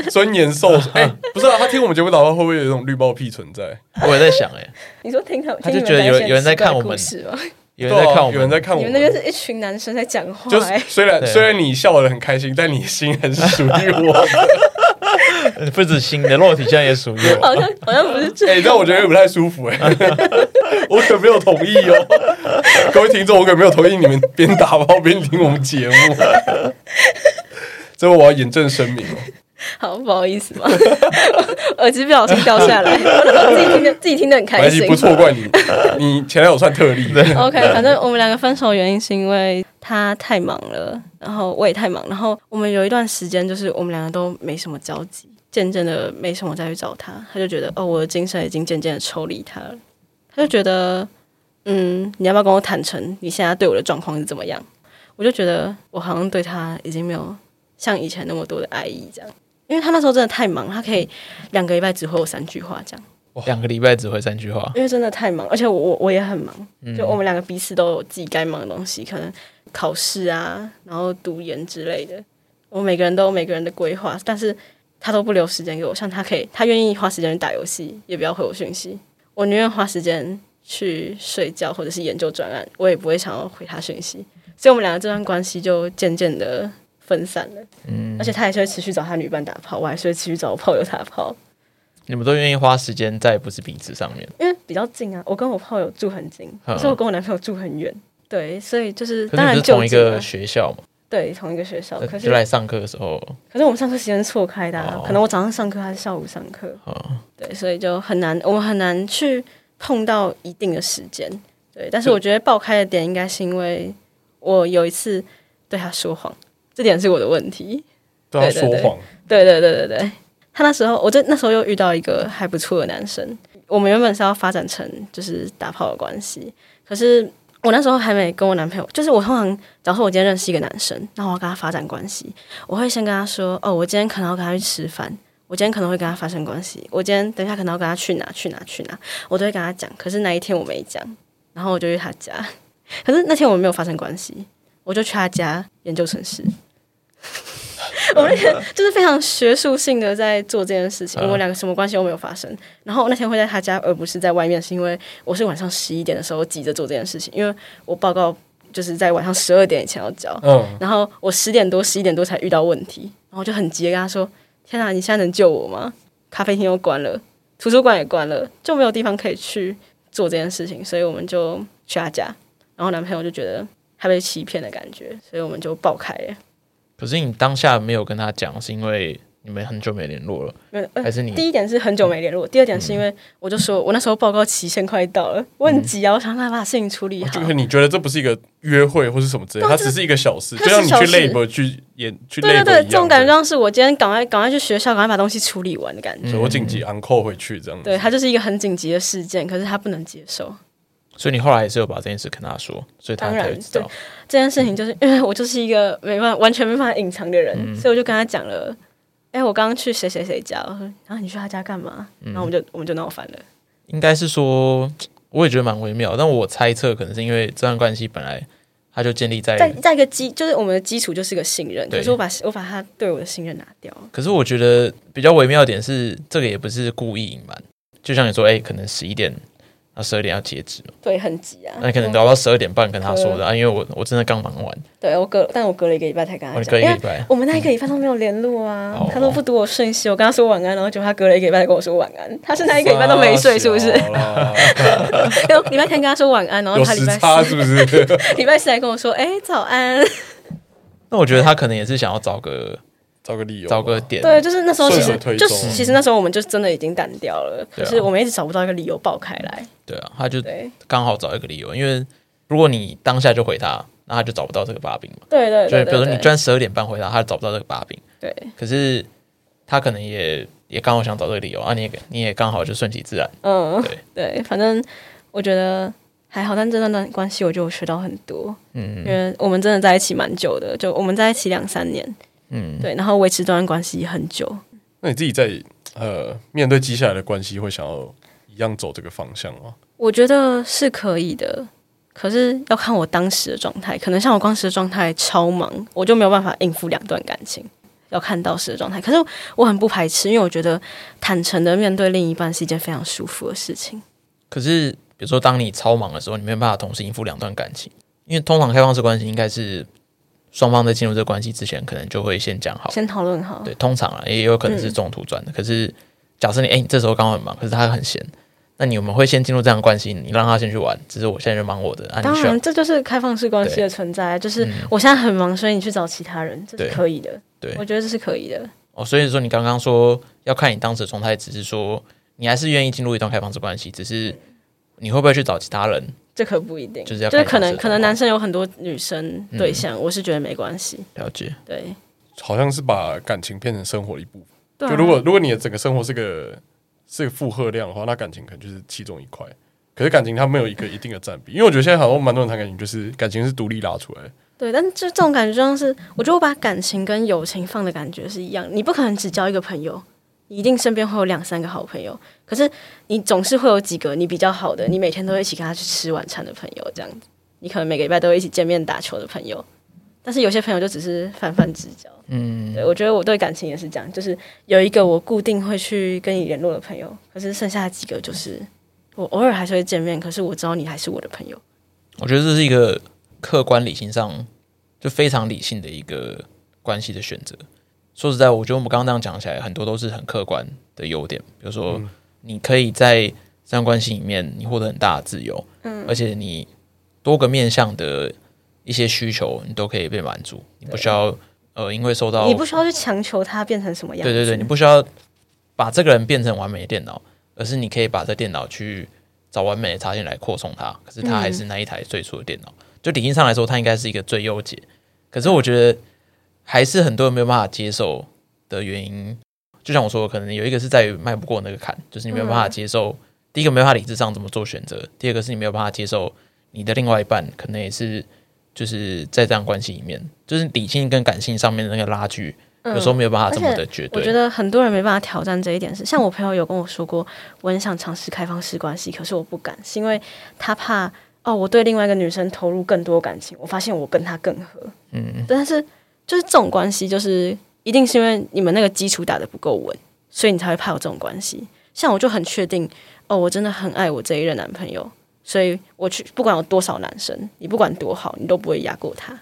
Speaker 2: 尊严受损，哎、不是啊，他听我们节目打炮会不会有一种绿帽癖存在？
Speaker 1: 我也在想哎、
Speaker 3: 你说听他，
Speaker 1: 他就
Speaker 3: 听你们
Speaker 1: 觉得有
Speaker 3: 那些
Speaker 1: 有人在
Speaker 3: 奇怪
Speaker 1: 看
Speaker 3: 的
Speaker 1: 我
Speaker 3: 故
Speaker 1: 们
Speaker 3: 事吗？
Speaker 1: 有人在看我们，
Speaker 2: 对啊有人在看我
Speaker 3: 你们那边是一群男生在讲话、
Speaker 2: 就是
Speaker 3: 欸，
Speaker 2: 虽然
Speaker 1: 对啊
Speaker 2: 虽然你笑得很开心，但你心还是属于 我。
Speaker 1: 呃不止新的肉体，现在也属于 我。
Speaker 3: 好像好像不是 这
Speaker 2: 哎、
Speaker 3: 样。
Speaker 2: 但我觉得有点不太舒服哎、我可没有同意哦，各位听众，我可没有同意你们边打炮边听我们节目。这个我要严正声明哦，
Speaker 3: 好，不好意思 嘛，耳机不小心掉下来， 我那时候自己听的自己听的很
Speaker 2: 没
Speaker 3: 开
Speaker 2: 关系
Speaker 3: 心
Speaker 2: 不。错怪你，你前男友算特例。
Speaker 3: OK，反正我们两个分手的原因是因为他太忙了，然后我也太忙，然后我们有一段时间就是我们两个都没什么交集，渐渐的没什么再去找他，他就觉得哦，我的精神已经渐渐的抽离他了，他就觉得嗯，你要不要跟我坦诚你现在对我的状况是怎么样？我就觉得我好像对他已经没有像以前那么多的爱意这样，因为他那时候真的太忙，他可以两个礼拜只回我三句话这样。
Speaker 1: 两个礼拜只回三句话，
Speaker 3: 因为真的太忙，而且我我我也很忙，就我们两个彼此都有自己该忙的东西，可能考试啊，然后读研之类的，我每个人都有每个人的规划，但是他都不留时间给我，像他可以，他愿意花时间去打游戏，也不要回我讯息，我宁愿花时间去睡觉或者是研究专案，我也不会想要回他讯息，所以我们两个这段关系就渐渐的分散了，嗯，而且他还是会持续找他女伴打炮，我还是会持续找我炮友打炮，
Speaker 1: 你们都愿意花时间在不是彼此上面。
Speaker 3: 因为比较近啊，我跟我炮友住很近，
Speaker 1: 嗯
Speaker 3: 可是我跟我男朋友住很远。对，所以就是
Speaker 1: 可是
Speaker 3: 当
Speaker 1: 你们
Speaker 3: 然
Speaker 1: 是
Speaker 3: 就
Speaker 1: 同一
Speaker 3: 近啊
Speaker 1: 个学校嘛，
Speaker 3: 对同一个学校，可
Speaker 1: 就是来上课的时候，
Speaker 3: 可是我们上课时间是错开的、啊，
Speaker 1: 哦
Speaker 3: 可能我早上上课还是下午上课，
Speaker 1: 哦，
Speaker 3: 对，所以就很难，我们很难去碰到一定的时间。对，但是我觉得爆开的点应该是因为我有一次对他说谎，这点是我的问题。
Speaker 2: 对他
Speaker 3: 对对
Speaker 2: 说
Speaker 3: 对
Speaker 2: 谎，
Speaker 3: 对对对对对，他那时候，我就那时候又遇到一个还不错的男生。我们原本是要发展成就是打炮的关系，可是我那时候还没跟我男朋友，就是我通常，假如说我今天认识一个男生，然后我要跟他发展关系，我会先跟他说，哦，我今天可能要跟他去吃饭，我今天可能会跟他发生关系，我今天等一下可能要跟他去哪去哪去哪，我都会跟他讲。可是那一天我没讲，然后我就去他家， 可是那天我们没有发生关系，我就去他家研究城市。我们那天就是非常学术性的在做这件事情，
Speaker 1: 嗯
Speaker 3: 我们两个什么关系都没有发生。然后那天会在他家，而不是在外面，是因为我是晚上十一点的时候急着做这件事情，因为我报告就是在晚上十二点以前要交。
Speaker 2: 嗯，
Speaker 3: 然后我十点多、十一点多才遇到问题，然后我就很急的跟他说：“天哪，你现在能救我吗？咖啡厅又关了，图书馆也关了，就没有地方可以去做这件事情，所以我们就去他家。”然后男朋友就觉得他被欺骗的感觉，所以我们就爆开了。
Speaker 1: 可是你当下没有跟他讲，是因为你们很久没联络了，
Speaker 3: 没有呃
Speaker 1: 还是你
Speaker 3: 第一点是嗯很久没联络，第二点是因为我就说我那时候报告期限快到了，我很急啊，我想办法把事情处理好
Speaker 2: 哦就。是你觉得这不是一个约会或是什么之类，
Speaker 3: 对啊
Speaker 2: 它
Speaker 3: 这
Speaker 2: 只是一个小事，
Speaker 3: 它
Speaker 2: 就像
Speaker 3: 是
Speaker 2: 你
Speaker 3: 小
Speaker 2: 去
Speaker 3: 事
Speaker 2: labor 去演去
Speaker 3: 对对
Speaker 2: labor 一
Speaker 3: 对，
Speaker 2: 样
Speaker 3: 这种感觉
Speaker 2: 的
Speaker 3: 像是我今天赶快赶快去学校，赶快把东西处理完的感觉。
Speaker 2: 所以我紧急 uncle 回去这样
Speaker 3: 嗯
Speaker 2: 子。
Speaker 3: 对，它就是一个很紧急的事件，可是他不能接受。
Speaker 1: 所以你后来也是有把这件事跟他说，所以他
Speaker 3: 当然
Speaker 1: 才会知道。
Speaker 3: 这件事情，就是因为我就是一个没办法完全没办法隐藏的人，所以我就跟他讲了，哎、我刚刚去谁谁谁家，我说然后你去他家干嘛？然后我们就我们就闹翻了。
Speaker 1: 应该是说，我也觉得蛮微妙，但我猜测可能是因为这段关系本来它就建立在，
Speaker 3: 再再一个基，就是我们的基础就是个信任，
Speaker 1: 对
Speaker 3: 可是我把我把他对我的信任拿掉了。
Speaker 1: 可是我觉得比较微妙的点是，这个也不是故意隐瞒，就像你说，哎、可能十一点。到十二点要截止嘛，
Speaker 3: 对，很急啊。
Speaker 1: 那你可能聊到十二点半跟他说
Speaker 3: 对
Speaker 1: 的啊，因为我我真的刚忙完，
Speaker 3: 对我隔，但我隔了一个礼拜才跟他
Speaker 1: 我哦
Speaker 3: 讲，
Speaker 1: 隔一
Speaker 3: 啊因
Speaker 1: 个
Speaker 3: 为
Speaker 1: 礼拜，
Speaker 3: 我们那一个礼拜都没有联络啊。
Speaker 1: 哦
Speaker 3: 他都不读我讯息，我跟他说晚安，然后结果他隔了一个礼拜才跟我说晚 安。他是那一个礼拜都没睡，是不是？
Speaker 2: 傻啦
Speaker 1: 啊
Speaker 3: 然后礼拜天跟他说晚 安，然后
Speaker 2: 有
Speaker 3: 他礼
Speaker 2: 时
Speaker 3: 拜
Speaker 2: 差是
Speaker 3: 四
Speaker 2: 不 是？
Speaker 3: 礼拜四来跟我说，哎、早安。
Speaker 1: 那我觉得他可能也是想要找个
Speaker 2: 找个理由吧，
Speaker 1: 找个点，
Speaker 3: 对，就是那时候其实
Speaker 2: 顺水推
Speaker 3: 就
Speaker 2: 舟
Speaker 3: 其实那时候我们就真的已经淡掉了，
Speaker 1: 对啊
Speaker 3: 可是我们一直找不到一个理由爆开来。
Speaker 1: 对啊，他就
Speaker 3: 对
Speaker 1: 刚好找一个理由，因为如果你当下就回他，那他就找不到这个把柄嘛。
Speaker 3: 对对
Speaker 1: 就
Speaker 3: 对
Speaker 1: 是比如说
Speaker 3: 对
Speaker 1: 你居然十二点半回他，他就找不到这个把柄，
Speaker 3: 对
Speaker 1: 可是他可能也也刚好想找这个理由啊，你也你也刚好就顺其自然，
Speaker 3: 嗯
Speaker 1: 对
Speaker 3: 对，反正我觉得还好，但这段关系我觉得我学到很多，因
Speaker 1: 嗯
Speaker 3: 为我们真的在一起蛮久的，就我们在一起两三年，
Speaker 1: 嗯，
Speaker 3: 对，然后维持这段关系很久。
Speaker 2: 那你自己在呃面对接下来的关系，会想要一样走这个方向吗？
Speaker 3: 我觉得是可以的，可是要看我当时的状态。可能像我当时的状态超忙，我就没有办法应付两段感情。要看当时的状态，可是我很不排斥，因为我觉得坦诚的面对另一半是一件非常舒服的事情。
Speaker 1: 可是比如说当你超忙的时候，你没有办法同时应付两段感情，因为通常开放式关系应该是双方在进入这个关系之前，可能就会先讲好，
Speaker 3: 先讨论好，
Speaker 1: 对，通常啊，也有可能是中途转的。可是假设你哎、诶你这时候刚好很忙，可是他很闲，那你们会先进入这样的关系，你让他先去玩，只是我现在就忙我的，啊，你
Speaker 3: 当
Speaker 1: 需要
Speaker 3: 然这就是开放式关系的存在，啊就是我现在很忙，所以你去找其他人，这是
Speaker 1: 对
Speaker 3: 可以的。
Speaker 1: 嗯对
Speaker 3: 我觉得这是可以的。
Speaker 1: 哦。所以说你刚刚说要看你当时的状态，只是说你还是愿意进入一段开放式关系，只是你会不会去找其他人？
Speaker 3: 这可不一定，
Speaker 1: 就是要看
Speaker 3: 可
Speaker 1: 当
Speaker 3: 能
Speaker 1: 时的
Speaker 3: 可能
Speaker 1: 状况
Speaker 3: 男生有很多女生
Speaker 1: 嗯
Speaker 3: 对象，我是觉得没关系。
Speaker 1: 了解，
Speaker 3: 对，
Speaker 2: 好像是把感情变成生活的一部分。
Speaker 3: 对啊
Speaker 2: 就如果如果你的整个生活是个是个负荷量的话，那感情可能就是其中一块。可是感情它没有一个一定的占比，因为我觉得现在好像蛮多人谈感情，就是感情是独立拉出来的。
Speaker 3: 对，但就这种感觉，就像是我觉得我把感情跟友情放的感觉是一样，你不可能只交一个朋友，你一定身边会有两三个好朋友，可是你总是会有几个你比较好的，你每天都一起跟他去吃晚餐的朋友，这样子，你可能每个礼拜都会一起见面打球的朋友，但是有些朋友就只是泛泛之交。
Speaker 1: 嗯，
Speaker 3: 对，我觉得我对感情也是这样，就是有一个我固定会去跟你联络的朋友，可是剩下几个就是我偶尔还是会见面，可是我知道你还是我的朋友。
Speaker 1: 我觉得这是一个客观理性上就非常理性的一个关系的选择。说实在，我觉得我们刚刚那样讲起来，很多都是很客观的优点，比如说你可以在这段关系里面，你获得很大的自由，嗯，而且你多个面向的一些需求，你都可以被满足，你不需要呃，因为受到
Speaker 3: 你不需要去强求他变成什么样子。
Speaker 1: 对对对，你不需要把这个人变成完美的电脑，而是你可以把这电脑去找完美的插件来扩充它。可是它还是那一台最初的电脑，就理性上来说，他应该是一个最优解。可是我觉得还是很多人没有办法接受的原因，就像我说的，可能有一个是在于迈不过那个坎，就是你没有办法接受。第一个没有办法理智上怎么做选择，第二个是你没有办法接受你的另外一半可能也是就是在这样关系里面，就是理性跟感性上面的那个拉锯，有时候没有办法这么的绝
Speaker 3: 我
Speaker 1: 对。
Speaker 3: 觉得很多人没办法挑战这一点是，像我朋友有跟我说过，我很想尝试开放式关系，可是我不敢，是因为他怕哦，我对另外一个女生投入更多感情，我发现我跟她更合。嗯，但是就是这种关系，就是一定是因为你们那个基础打得不够稳，所以你才会怕有这种关系。像我就很确定，哦，我真的很爱我这一任男朋友，所以我去不管有多少男生，你不管多好，你都不会压过他。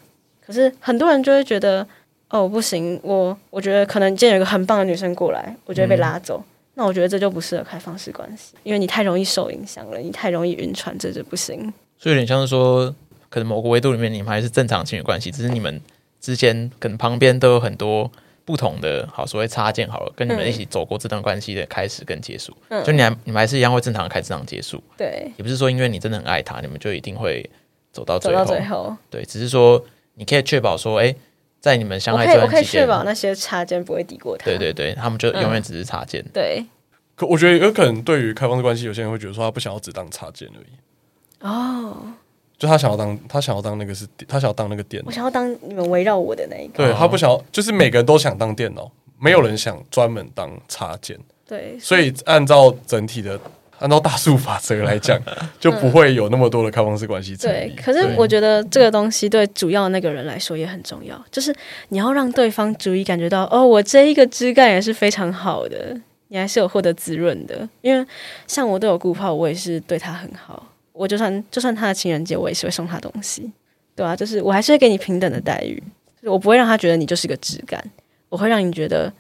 Speaker 3: 可是很多人就会觉得，哦，不行，我我觉得可能今天有一个很棒的女生过来，我就会被拉走。那我觉得这就不适合开放式关系，因为你太容易受影响了，你太容易晕船，这就不行。
Speaker 1: 所以有点像是说，可能某个维度里面你们还是正常情侣关系，只是你们之间可能旁边都有很多不同的好所谓插件好了，跟你
Speaker 3: 嗯
Speaker 1: 们一起走过这段关系的开始跟结束，就你还你们还是一样会正常地开始、正常地结束，
Speaker 3: 对，
Speaker 1: 也不是说因为你真的很爱他，你们就一定会走到
Speaker 3: 走
Speaker 1: 最
Speaker 3: 到
Speaker 1: 后。
Speaker 3: 最后，
Speaker 1: 对，只是说你可以确保说，哎、在你们相
Speaker 3: 我
Speaker 1: 爱
Speaker 3: 可以
Speaker 1: 这
Speaker 3: 我
Speaker 1: 段
Speaker 3: 可以
Speaker 1: 期
Speaker 3: 确
Speaker 1: 间，
Speaker 3: 保那嗯些插件不会抵过他。
Speaker 1: 对对对，他们就永远只是插件。
Speaker 3: 对，
Speaker 2: 可我觉得有可能对于开放式关系，有些人会觉得说他不想要只当插件而已，
Speaker 3: 哦，
Speaker 2: 就他想要当他想要当那个是他想要当那个电脑
Speaker 3: 我，想要当你们围绕我的那一个。
Speaker 2: 对他不想要，就是每个人都想当电脑，没有人想专门当插件，
Speaker 3: 对，
Speaker 2: 所以按照整体的。按照大数法则来讲，就不会有那么多的开放式关系成
Speaker 3: 对
Speaker 2: 立。，
Speaker 3: 可是我觉得这个东西对主要那个人来说也很重要，就是你要让对方足以感觉到，哦，我这一个枝干也是非常好的，你还是有获得滋润的。因为像我对我顾炮，我也是对他很好，我就算就算他的情人节，我也是会送他东西，对啊，就是我还是会给你平等的待遇，就是我不会让他觉得你就是个枝干，我会让你觉得，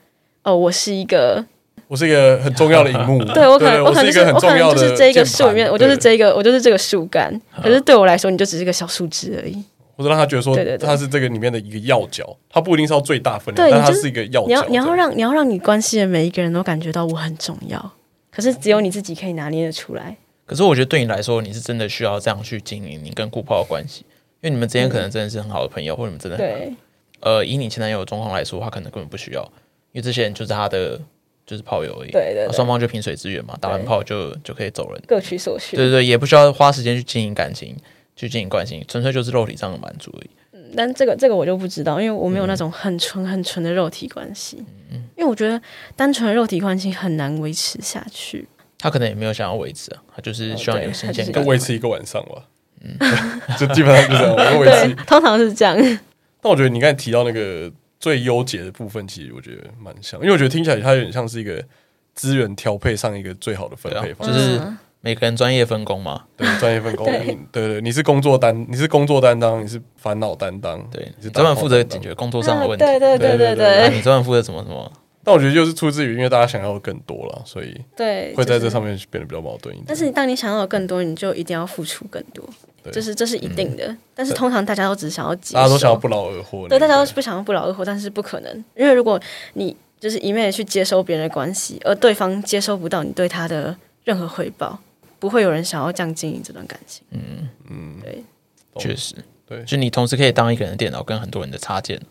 Speaker 3: 哦，我是一个
Speaker 2: 我是一个很重要的荧幕，
Speaker 3: 对我可能
Speaker 2: 我
Speaker 3: 可能
Speaker 2: 是
Speaker 3: 就是
Speaker 2: 一个很
Speaker 3: 我可
Speaker 2: 重
Speaker 3: 能
Speaker 2: 要
Speaker 3: 就
Speaker 2: 的键盘，嗯
Speaker 3: 是这一个树里面，我就是
Speaker 2: 对
Speaker 3: 这一个我就是这个树干，可是对我来说你就只是个小树枝而已。
Speaker 2: 或者让他觉得说
Speaker 3: 对对对
Speaker 2: 他是这个里面的一个要角，他不一定是要最大分量，
Speaker 3: 对
Speaker 2: 但他
Speaker 3: 你就是
Speaker 2: 是一个要角。
Speaker 3: 你要你
Speaker 2: 这
Speaker 3: 要
Speaker 2: 样
Speaker 3: 让你要让你关系的每一个人都感觉到我很重要，可是只有你自己可以拿捏得出来。
Speaker 1: 可是我觉得对你来说，你是真的需要这样去经营你跟顾炮的关系，因为你们之间可能真的是很好的朋友，或者你们真的很
Speaker 3: 嗯对
Speaker 1: 呃，以你前男友的状况来说，他可能根本不需要，因为这些人就是他的就是炮友而已，
Speaker 3: 对对
Speaker 1: 那
Speaker 3: 对
Speaker 1: 双方就萍水之缘嘛，打完炮就就可以走人。
Speaker 3: 各取所需。
Speaker 1: 对对对，也不需要花时间去经营感情，去经营关系，纯粹就是肉体上的满足而已。
Speaker 3: 嗯但这个这个我就不知道，因为我没有那种很纯很纯的肉体关系。
Speaker 2: 嗯
Speaker 3: 因为我觉得单纯的肉体关系很难维持下去。
Speaker 1: 他可能也没有想要维持啊，他就是希望有新鲜
Speaker 3: 对他
Speaker 2: 就
Speaker 1: 感。
Speaker 2: 维持一个晚上吧，嗯， 就基本上 就这样，我会维
Speaker 3: 对
Speaker 2: 持。，
Speaker 3: 通常是这 样。
Speaker 2: 但我觉得你刚才提到那个最优解的部分，其实我觉得蛮像，因为我觉得听起来它有点像是一个资源调配上一个最好的分
Speaker 1: 对啊
Speaker 2: 配方
Speaker 1: 就
Speaker 2: 式，
Speaker 1: 是
Speaker 3: 嗯
Speaker 1: 每个人专业分工嘛，
Speaker 2: 对专业分工，
Speaker 3: 对
Speaker 2: 你对对，你是工作担，你是工作担当，你是烦恼担当，
Speaker 1: 对，
Speaker 2: 你
Speaker 1: 你
Speaker 2: 是
Speaker 1: 专门负责
Speaker 2: 打炮担当
Speaker 1: 解决工作上的问题，
Speaker 3: 嗯对对对对
Speaker 2: 对对
Speaker 1: 啊
Speaker 3: 对
Speaker 1: 你专门负责什么什么，
Speaker 2: 但我觉得就是出自于因为大家想要的更多了，所以
Speaker 3: 对，
Speaker 2: 会在
Speaker 3: 就
Speaker 2: 这
Speaker 3: 是
Speaker 2: 上面变得比较矛盾一点。
Speaker 3: 但是当你想要有更多，你就一定要付出更多，
Speaker 2: 对嗯
Speaker 3: 这是这是一定的。但是通常大家都只想要接受，
Speaker 2: 大家都想要不劳而获，
Speaker 3: 对，
Speaker 2: 那
Speaker 3: 大家
Speaker 2: 个
Speaker 3: 都是不想要不劳而获，但是不可能，因为如果你就是一昧的去接收别人的关系，而对方接收不到你对他的任何回报，不会有人想要这样经营这段感情。嗯嗯，对
Speaker 2: 懂
Speaker 1: 确实，
Speaker 2: 对
Speaker 1: 就你同时可以当一个人的电脑跟很多人的插件。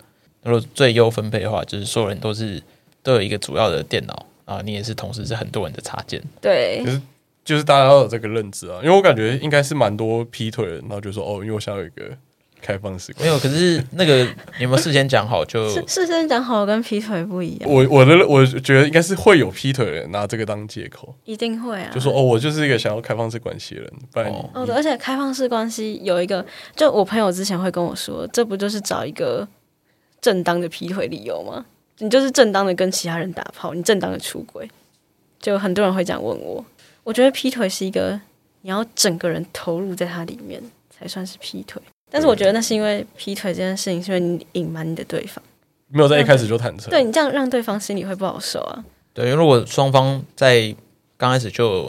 Speaker 1: 如果最优分配的话，就是所有人都是都有一个主要的电脑啊，你也是同时是很多人的插件。
Speaker 3: 对
Speaker 2: 可，是就是大家要有这个认知啊，因为我感觉应该是蛮多劈腿的人，然后就说哦，因为我想要有一个开放式关
Speaker 1: 没有，可是那个你有没有事先讲好？就
Speaker 3: 是事先讲好跟劈腿不一样，
Speaker 2: 我我的我觉得应该是会有劈腿的人拿这个当借口，
Speaker 3: 一定会啊。
Speaker 2: 就说哦，我就是一个想要开放式关系的人，不然你、
Speaker 1: 哦
Speaker 3: 哦，对，而且开放式关系有一个，就我朋友之前会跟我说，这不就是找一个正当的劈腿理由吗？你就是正当的跟其他人打炮，你正当的出轨，就很多人会这样问我。我觉得劈腿是一个你要整个人投入在它里面才算是劈腿，但是我觉得那是因为劈腿这件事情是因为你隐瞒你的对方，
Speaker 2: 没有在一开始就坦诚，
Speaker 3: 嗯对你这样让对方心里会不好受啊。
Speaker 1: 对，因为如果双方在刚开始就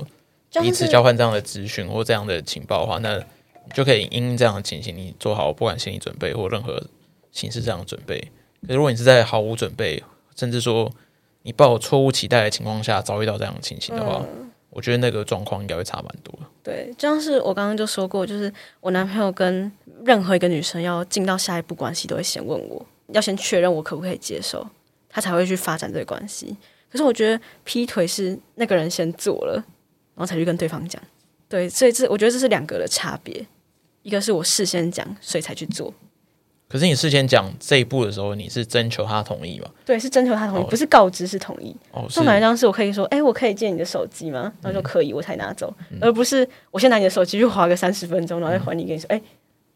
Speaker 3: 就
Speaker 1: 彼
Speaker 3: 像
Speaker 1: 此
Speaker 3: 是
Speaker 1: 交换这样的资讯或这样的情报的话，那你就可以因应这样的情形，你做好不管心理准备或任何形式上的准备。可是如果你是在毫
Speaker 3: 嗯
Speaker 1: 无准备，甚至说你抱有错误期待的情况下遭遇到这样的情形的话，我觉得那个状况应该会差蛮多的。
Speaker 3: 对，就像是我刚刚就说过，就是我男朋友跟任何一个女生要进到下一步关系，都会先问我，要先确认我可不可以接受，他才会去发展这个关系。可是我觉得劈腿是那个人先做了，然后才去跟对方讲。对，所以这我觉得这是两个的差别，一个是我事先讲，所以才去做，
Speaker 1: 可是你事先讲这一步的时候，你是征求他同意嘛？
Speaker 3: 对，是征求他同意，
Speaker 1: 哦
Speaker 3: 不是告知是同意。
Speaker 1: 哦，是嗯
Speaker 3: 送哪一张是我可以说，哎、我可以借你的手机吗？然后就可以，我才拿走，而不是我先拿你的手机去划个三十分钟，然后再还你，跟你说，哎、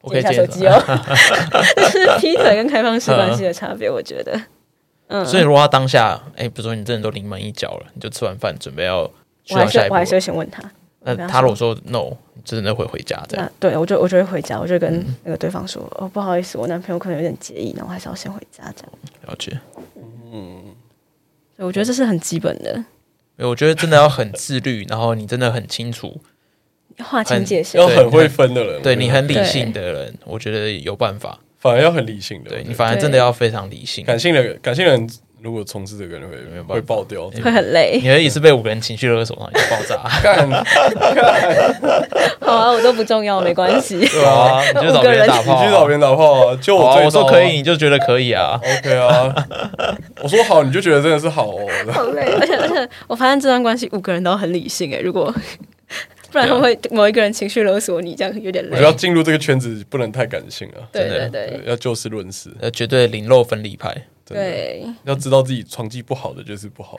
Speaker 1: 我可
Speaker 3: 借
Speaker 1: 以
Speaker 3: 一
Speaker 1: 接
Speaker 3: 下手
Speaker 1: 受
Speaker 3: 机哦。 这是劈腿跟开放式关系的差别，我觉得。嗯，
Speaker 1: 所以如果他当下，哎、比如说你真的都临门一脚了，你就吃完饭准备要去
Speaker 3: 我还
Speaker 1: 到
Speaker 3: 是
Speaker 1: 下一
Speaker 3: 我还是
Speaker 1: 步，
Speaker 3: 会先问他。
Speaker 1: 那
Speaker 3: 我跟他
Speaker 1: 他如果说 no，你真的会回家这样。
Speaker 3: 那对我就我就会回家，我就跟那个对方说，哦，不好意思，我男朋友可能有点介意，那我还是要先回家这样。
Speaker 1: 了解，
Speaker 3: 所以我觉得这是很基本的，
Speaker 1: 没有我觉得真的要很自律， 然后你真的很清楚，
Speaker 3: 要划清界限
Speaker 2: 要。很会分的人，
Speaker 1: 对你很理
Speaker 3: 对
Speaker 1: 性的人，我觉得有办法。
Speaker 2: 反而要很理性的，
Speaker 1: 对
Speaker 2: 我觉
Speaker 1: 你
Speaker 2: 得
Speaker 1: 反而真的要非常理性，
Speaker 2: 感性的感性的人如果从事这个，会
Speaker 1: 有办法
Speaker 2: 会爆掉。
Speaker 3: 会很累，
Speaker 1: 你而已是被五个人情绪勒索，然后你就爆炸，
Speaker 2: 干
Speaker 3: 好啊，我都不重要，没关系。
Speaker 1: 对啊，你就找别人打炮、
Speaker 2: 你去找别人打炮啊！就
Speaker 1: 好啊，
Speaker 2: 我
Speaker 1: 我
Speaker 2: 最
Speaker 1: 说
Speaker 2: 糟啊
Speaker 1: 可以，你就觉得可以啊。
Speaker 2: ，OK 啊。 我说好，你就觉得真的是好哦。
Speaker 3: 好累，啊而且而且我发现这段关系五个人都很理性哎，如果不然会某一个人情绪勒索你，这样有点
Speaker 2: 我觉得要
Speaker 3: 累。
Speaker 2: 进入这个圈子不能太感性啊，
Speaker 3: 对
Speaker 1: 真的
Speaker 3: 对对
Speaker 2: 要就事论事，
Speaker 1: 呃，绝对零肉分离派，
Speaker 2: 真的
Speaker 3: 对，
Speaker 2: 要知道自己成绩不好的就是不好，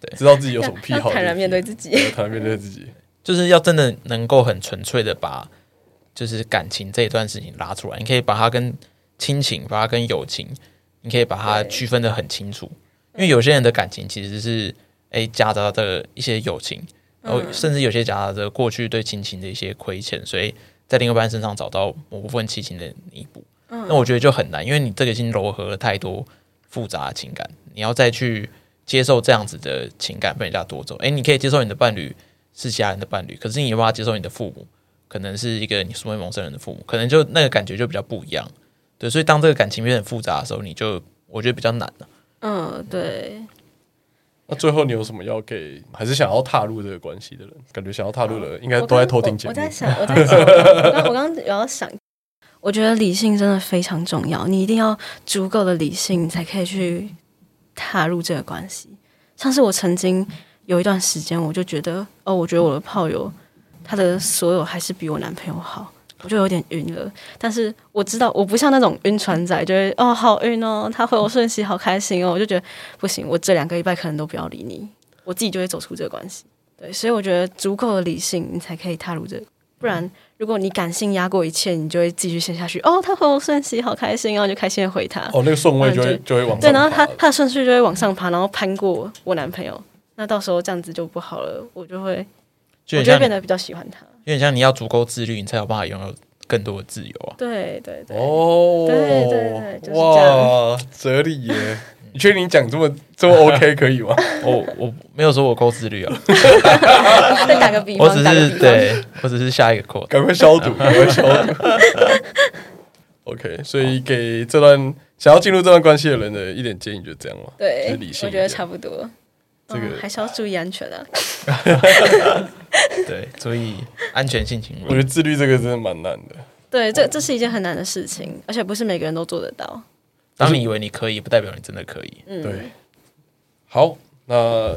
Speaker 1: 对
Speaker 2: 知道自己有
Speaker 3: 要
Speaker 2: 什么癖
Speaker 3: 要
Speaker 2: 好，
Speaker 3: 坦然面对，自己。
Speaker 2: 对坦然面对自己。
Speaker 1: 就是要真的能够很纯粹的把就是感情这一段事情拉出来，你可以把它跟亲情，把它跟友情，你可以把它
Speaker 3: 对
Speaker 1: 区分的很清楚。因为有些人的感情其实是诶夹杂着一些友情，然后甚至有些夹杂着过去对亲情的一些亏欠，所以在另一半身上找到某部分亲情的弥补。那我觉得就很难，因为你这个已经糅合了太多复杂的情感，你要再去接受这样子的情感被人家夺走。诶，你可以接受你的伴侣是家人的伴侣，可是你没办法接受你的父母，可能是一个你素未谋生人的父母，可能就那个感觉就比较不一样。对，所以当这个感情变得很复杂的时候，你就我觉得比较难啊了、
Speaker 3: 嗯，对，
Speaker 2: 那最后你有什么要给，还是想要踏入这个关系的人？感觉想要踏入的人应该
Speaker 3: 我
Speaker 2: 都在
Speaker 3: 刚
Speaker 2: 偷听
Speaker 3: 我
Speaker 2: 节
Speaker 3: 我。
Speaker 2: 目
Speaker 3: 在想，我在想，我刚我刚有要想， 我觉得理性真的非常重要，你一定要足够的理性，你才可以去踏入这个关系。像是我曾经有一段时间，我就觉得，哦，我觉得我的炮友他的所有还是比我男朋友好。我就有点晕了，但是我知道我不像那种晕船仔，就会哦好晕哦，他回我讯息好开心哦，我就觉得不行，我这两个礼拜可能都不要理你，我自己就会走出这个关系。对，所以我觉得足够的理性，你才可以踏入这个。不然，如果你感性压过一切，你就会继续陷下去。哦，他回我讯息，好开心，然后就开心的回他。
Speaker 2: 哦，那个顺位就会
Speaker 3: 嗯
Speaker 2: 就会往上
Speaker 3: 对，然后
Speaker 2: 爬
Speaker 3: 他他的顺序就会往上爬，然后攀过我男朋友。那到时候这样子就不好了，我就会
Speaker 1: 就
Speaker 3: 我
Speaker 1: 很
Speaker 3: 就会
Speaker 1: 像你
Speaker 3: 变得比较喜欢他。
Speaker 1: 有点像你要足够自律，你才有办法拥有更多的自由啊。
Speaker 3: 对对对，
Speaker 2: 哦，
Speaker 3: 对对对就是
Speaker 2: 哇，哲理耶！你确定你讲这么这么 OK 可以吗？
Speaker 1: 我我没有说我够自律啊，
Speaker 3: 再打个比
Speaker 1: 我
Speaker 3: 方，
Speaker 1: 只
Speaker 3: 打个比
Speaker 1: 是
Speaker 3: 方，
Speaker 1: 对我只是下一个 quote。
Speaker 2: 赶快消毒，赶快消毒。OK，所以给这段想要进入这段关系的人的一点建议就是这样嘛，
Speaker 3: 对
Speaker 2: 就是理
Speaker 3: 我
Speaker 2: 性一
Speaker 3: 觉
Speaker 2: 点，
Speaker 3: 得差不多。
Speaker 2: 这个
Speaker 3: 嗯还是要注意安全啊。
Speaker 1: 对，所以安全性行
Speaker 2: 我觉
Speaker 1: 为
Speaker 2: 得自律这个真的蛮难的。
Speaker 3: 对，
Speaker 1: 哦
Speaker 3: 这这是一件很难的事情，而且不是每个人都做得到。
Speaker 1: 当你以为你可以，不代表你真的可以。
Speaker 3: 嗯，
Speaker 2: 对，好，那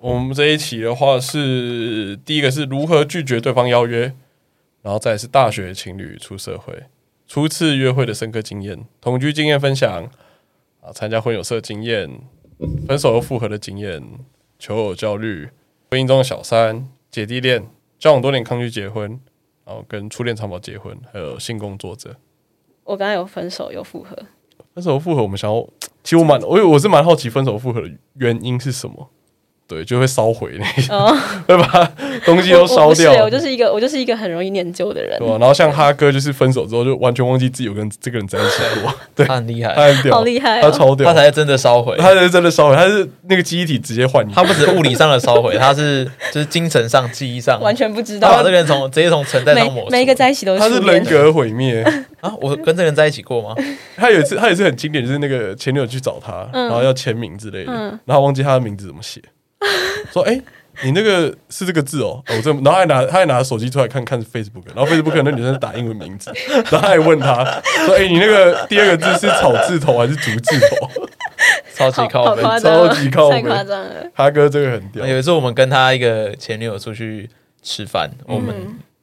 Speaker 2: 我们这一期的话是第一个是如何拒绝对方邀约，然后再来是大学情侣出社会初次约会的深刻经验、同居经验分享啊，参加婚友社经验、分手又复合的经验、求偶焦虑、婚姻中的小三、姐弟恋、交往多年抗拒结婚，然后跟初恋长跑结婚，还有性工作者。
Speaker 3: 我刚刚有分手，有复合。
Speaker 2: 分手复合，我们想要，其实我蛮，我我是蛮好奇分手复合的原因是什么。对，就会烧毁那 些，
Speaker 3: 哦
Speaker 2: 会把东西都
Speaker 3: 我
Speaker 2: 烧
Speaker 3: 我不是
Speaker 2: 掉。
Speaker 3: 我就是一个我就是一个很容易念旧的人
Speaker 2: 对、，啊、然后像哈哥，就是分手之后就完全忘记自己有跟这个人在一起过， 对，
Speaker 1: 他很厉害，
Speaker 2: 他很屌，
Speaker 3: 好厉害
Speaker 2: 他
Speaker 3: 哦
Speaker 2: 超屌，
Speaker 1: 啊他才真的烧毁。
Speaker 2: 他是真的烧毁，他是那个记忆体直接换你。
Speaker 1: 他不止物理上的烧毁，他是就是精神上、记忆上，
Speaker 3: 完全不知
Speaker 1: 他把
Speaker 3: 道
Speaker 1: 这。个人从直接从存在上抹
Speaker 3: 每每一个
Speaker 1: 除
Speaker 3: 在一起都
Speaker 2: 他是
Speaker 3: 初恋
Speaker 2: 人格毁灭。
Speaker 1: 啊！我跟这个人在一起过 吗？
Speaker 2: 他有一次，他有一次很经典，就是那个前女友去找他，然后要签名之类的，然后忘记他的名字怎么写，说：“哎、你那个是这个字哦，哦我这，然后还拿他还拿手机出来看看 Facebook，然后 Facebook 那女生打英文名字，然后他还问他说：“哎、你那个第二个字是草字头还是竹字头
Speaker 1: 超级
Speaker 3: 好
Speaker 1: 靠
Speaker 3: 好
Speaker 1: 背。
Speaker 3: 夸张哦，
Speaker 2: 超级靠北。
Speaker 3: 太夸张了？”
Speaker 2: 哈哥这个很屌，
Speaker 1: 有一次我们跟他一个前女友出去吃饭，
Speaker 3: 嗯
Speaker 1: 我们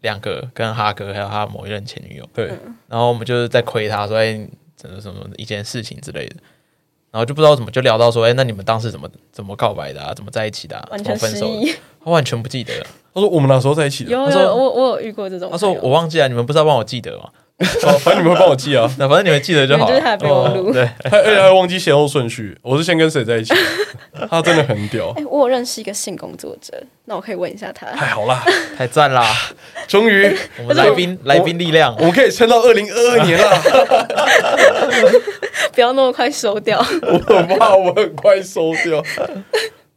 Speaker 1: 两个跟哈哥还有他某一任前女友，
Speaker 2: 对，
Speaker 1: 然后我们就是在亏他说，哎、怎么什么一件事情之类的，然后就不知道怎么就聊到说，哎、那你们当时怎么怎么告白的啊？怎么在一起的、啊？
Speaker 3: 完
Speaker 1: 怎
Speaker 3: 全
Speaker 1: 么分
Speaker 3: 失
Speaker 1: 手的？
Speaker 3: 忆，
Speaker 1: 他完全不记 得了。
Speaker 2: 他说我们哪时候在一起的？
Speaker 3: 有
Speaker 1: 他说
Speaker 3: 有我我有遇过这种朋友。
Speaker 1: 他说我忘记啊了，你们不知道帮我记得吗？
Speaker 2: 哦，反正你们会帮我记啊。
Speaker 1: 那反正你们记得就好了。
Speaker 3: 你们就是他的备忘录
Speaker 1: 哦对，
Speaker 2: 他而且还忘记先后顺序，我是先跟谁在一起？他真的 很屌
Speaker 3: 哎、，我有认识一个性工作者，那我可以问一下他。
Speaker 2: 太好啦，
Speaker 1: 太赞啦！
Speaker 2: 终于
Speaker 1: 我们来宾来宾力量
Speaker 2: 我，们可以撑到二零二二年啦！
Speaker 3: 不要那么快收掉。
Speaker 2: 我很怕我很快收掉。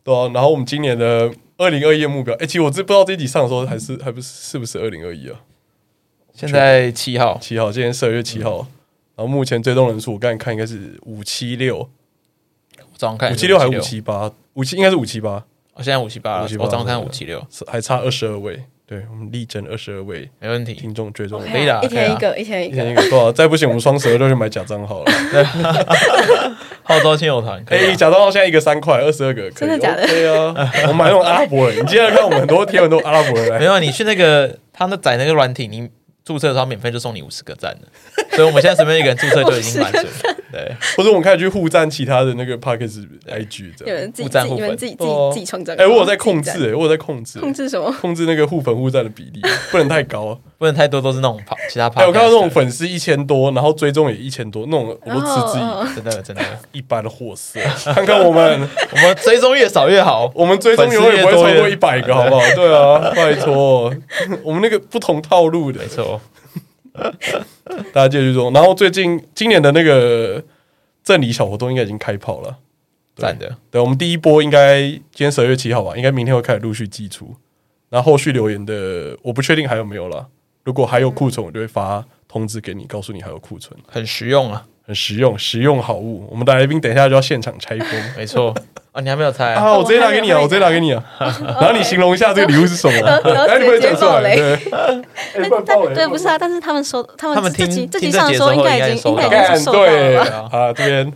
Speaker 2: 对啊，然后我们今年的二零二一目标，哎、其实我这不知道这一集上的时候还是还不是是不是二零二一啊？
Speaker 1: 现在七号，
Speaker 2: 七号，今天十二月七号。
Speaker 3: 嗯
Speaker 2: 然后目前追踪人数，我刚才看应该是五七六，
Speaker 1: 我早上
Speaker 3: 哎
Speaker 1: 看
Speaker 2: 五七六还是五，七八？五七应该是五七八，
Speaker 1: 我哦现在五七八了，
Speaker 2: 578
Speaker 1: 我早上看
Speaker 2: 对
Speaker 1: 五七六，
Speaker 2: 还差二十二位。对我们力争二十二位
Speaker 1: 没问题。
Speaker 2: 听众追踪人数
Speaker 1: 可以啦
Speaker 3: 一天一
Speaker 1: 可
Speaker 3: 个，一天一
Speaker 2: 一天
Speaker 3: 个。
Speaker 2: 一个多少？再不行，我们双十二就去买假 账号了。
Speaker 1: 号召亲友团可
Speaker 2: 哎、
Speaker 1: 以啊，
Speaker 2: 假账号现在一个三块，二十二个，可以
Speaker 3: 真的假的
Speaker 2: 对啊，我买那种阿拉伯人，你今天看我们很多贴文都阿拉伯人
Speaker 1: 没
Speaker 2: 来，
Speaker 1: 哎有你去那个他那载那个软体，你注册的时候免费就送你五十个赞 的，所以我们现在随便一个人注册就已经满足了。 对，
Speaker 2: 或者我们开始去互赞其他的那个 p a c k a g e IG 这
Speaker 3: 有
Speaker 2: 样。
Speaker 3: 人自
Speaker 1: 互
Speaker 3: 己自
Speaker 1: 赞
Speaker 3: 己，
Speaker 1: 互
Speaker 3: 你
Speaker 1: 粉
Speaker 3: 们自己自己
Speaker 2: 哦
Speaker 3: 自己创造。
Speaker 2: 哎、我有在控制、
Speaker 3: 自己
Speaker 2: 哎，我有在控制、
Speaker 3: 赞。控制什么？
Speaker 2: 控制那个互粉互赞 的比例，不能太高、啊。
Speaker 1: 不能太多都是那种跑其他
Speaker 2: 哎、
Speaker 1: 跑。
Speaker 2: 我看到那种粉丝一千多，然后追踪也一千多，那种我都嗤之以
Speaker 3: 嗯
Speaker 1: 真的真的，
Speaker 2: 一般的货色。看看我们，
Speaker 1: 我们追踪越少越 好。
Speaker 2: 我们追踪永远不会超过一百个，好不好？对啊，拜托， 我们那个不同套路的
Speaker 1: 没，错，
Speaker 2: 大家继续说。然后最近今年的那个赠礼小活动应该已经开跑了。对
Speaker 1: 赞的，
Speaker 2: 对，我们第一波应该今天十二月七号吧，应该明天会开始陆续寄出。然后后续留言的我不确定还有没有了，如果还有库存，我就会发通知给你，告诉你还有库存，
Speaker 1: 很实用啊，
Speaker 2: 很实用，实用好物。我们的来宾等一下就要现场拆封
Speaker 1: 没 错。啊，你还没有猜啊？
Speaker 2: 啊！我直接拿给你啊，我直接拿给你啊。然后你形容一下这个礼物是什么？
Speaker 3: 然后
Speaker 2: 哎，你不能讲出
Speaker 3: 直
Speaker 2: 来，
Speaker 3: 接
Speaker 2: 对，哎不然爆雷
Speaker 3: 对，不是啊，但是他们收，他
Speaker 1: 他
Speaker 3: 们
Speaker 1: 们
Speaker 3: 这
Speaker 1: 听
Speaker 3: 集这集
Speaker 1: 听这
Speaker 3: 上的
Speaker 1: 节
Speaker 3: 时候，
Speaker 1: 之
Speaker 3: 应
Speaker 1: 后
Speaker 3: 该
Speaker 1: 应该
Speaker 3: 已经应
Speaker 1: 收到
Speaker 3: 该已
Speaker 1: 了
Speaker 3: 经
Speaker 2: 干
Speaker 3: 收到了
Speaker 2: 对
Speaker 3: 吧。啊
Speaker 2: 啊，这边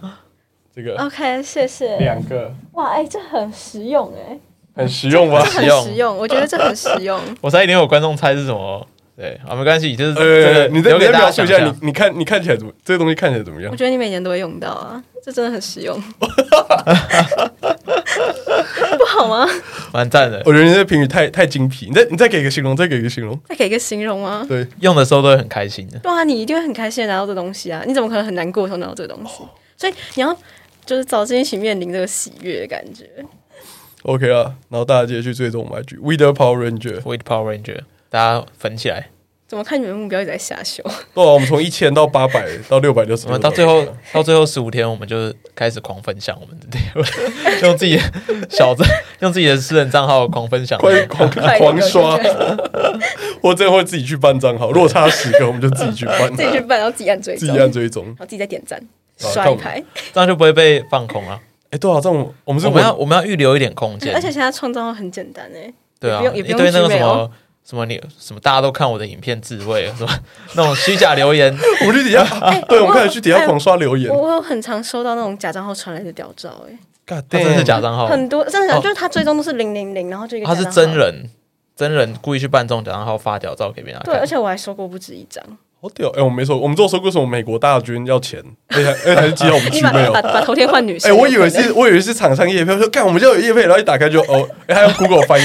Speaker 2: 这个
Speaker 3: OK，谢谢。
Speaker 2: 两个
Speaker 3: 哇，哎，这很实用哎，
Speaker 2: 很实用吧？
Speaker 3: 这很实用，我觉得这很实用。
Speaker 1: 我猜一定有观众猜是什么。对，啊，没关系，就是这个
Speaker 2: 呃，你再
Speaker 1: 留
Speaker 2: 你
Speaker 1: 给
Speaker 2: 再
Speaker 1: 大家
Speaker 2: 描述
Speaker 1: 想
Speaker 2: 一下，你你看你看起来怎么？这个东西看起来怎么样
Speaker 3: 我？觉得你每年都会用到啊，这真的很实用。 不好吗？
Speaker 1: 蛮赞的，
Speaker 2: 我觉得你这评语太太精辟，你再你再给一个形容，再给一个形容。
Speaker 3: 再给一个形容吗？
Speaker 2: 对，
Speaker 1: 用的时候都会很开心的。
Speaker 3: 对啊，你一定会很开心的拿到这东西啊！你怎么可能很难过的时候拿到这个东西？所以你要就是早知一起面临这个喜悦的感觉。
Speaker 2: OK 啊，然后大家记得去追踪我们 IG We the Power Ranger。
Speaker 1: With Power Ranger，大家粉起来。
Speaker 3: 怎么看你们目标一直在下 修？
Speaker 2: 对啊，我们从一千到八百到六百六十，
Speaker 1: 我们到最后到最后十五天，我们就开始狂分享我们的内容，用自己的小账，用自己的私人账号狂分享。
Speaker 2: 快狂
Speaker 3: 快
Speaker 2: 狂刷，我真的会自己去办账号，如果差十个我们就自己去办，
Speaker 3: 自己去办，然后自己按追
Speaker 2: 自
Speaker 3: 踪，
Speaker 2: 己按追啊踪
Speaker 3: 然。后自己再点赞，
Speaker 2: 好
Speaker 3: 刷
Speaker 2: 看
Speaker 3: 一
Speaker 2: 我们
Speaker 3: 排。
Speaker 1: 这样就不会被放空了。
Speaker 2: 哎，对啊，这种我们是
Speaker 1: 我们要我们要预留一点空间
Speaker 3: 而，且现在创造很简单哎，
Speaker 1: 对啊，
Speaker 3: 也
Speaker 1: 一
Speaker 3: 不用也不用哦
Speaker 1: 堆那个什
Speaker 3: Gmail
Speaker 1: 么什么你什么大家都看我的影片自慰，什么那种虚假留言，
Speaker 2: 我们去底下，对，我们开始去底下狂刷留言
Speaker 3: 我，我有很常收到那种假账号传来的屌照哎，
Speaker 2: God
Speaker 1: 他
Speaker 2: damn
Speaker 1: 真的是假账号，
Speaker 3: 很多真的
Speaker 1: 哦
Speaker 3: 就是他追踪都是零零零，然后就一个
Speaker 1: 他是
Speaker 3: 假账号
Speaker 1: 真。人真人故意去办这种假账号发屌照给别人
Speaker 3: 对，而
Speaker 1: 看。
Speaker 3: 且我还收过不止一张。
Speaker 2: 好屌！哎，我们没说，我们之后说过什么美国大军要钱，哎还哎还是寄到我们
Speaker 3: 你
Speaker 2: 去
Speaker 3: 把
Speaker 2: 没有
Speaker 3: 把？把头贴换女
Speaker 2: 哎、
Speaker 3: 生？
Speaker 2: 我以为
Speaker 3: 有可能
Speaker 2: 是，我以为是厂商叶配，我说干，我们就有叶配，然后一打开就哦，哎还有 Google 翻译。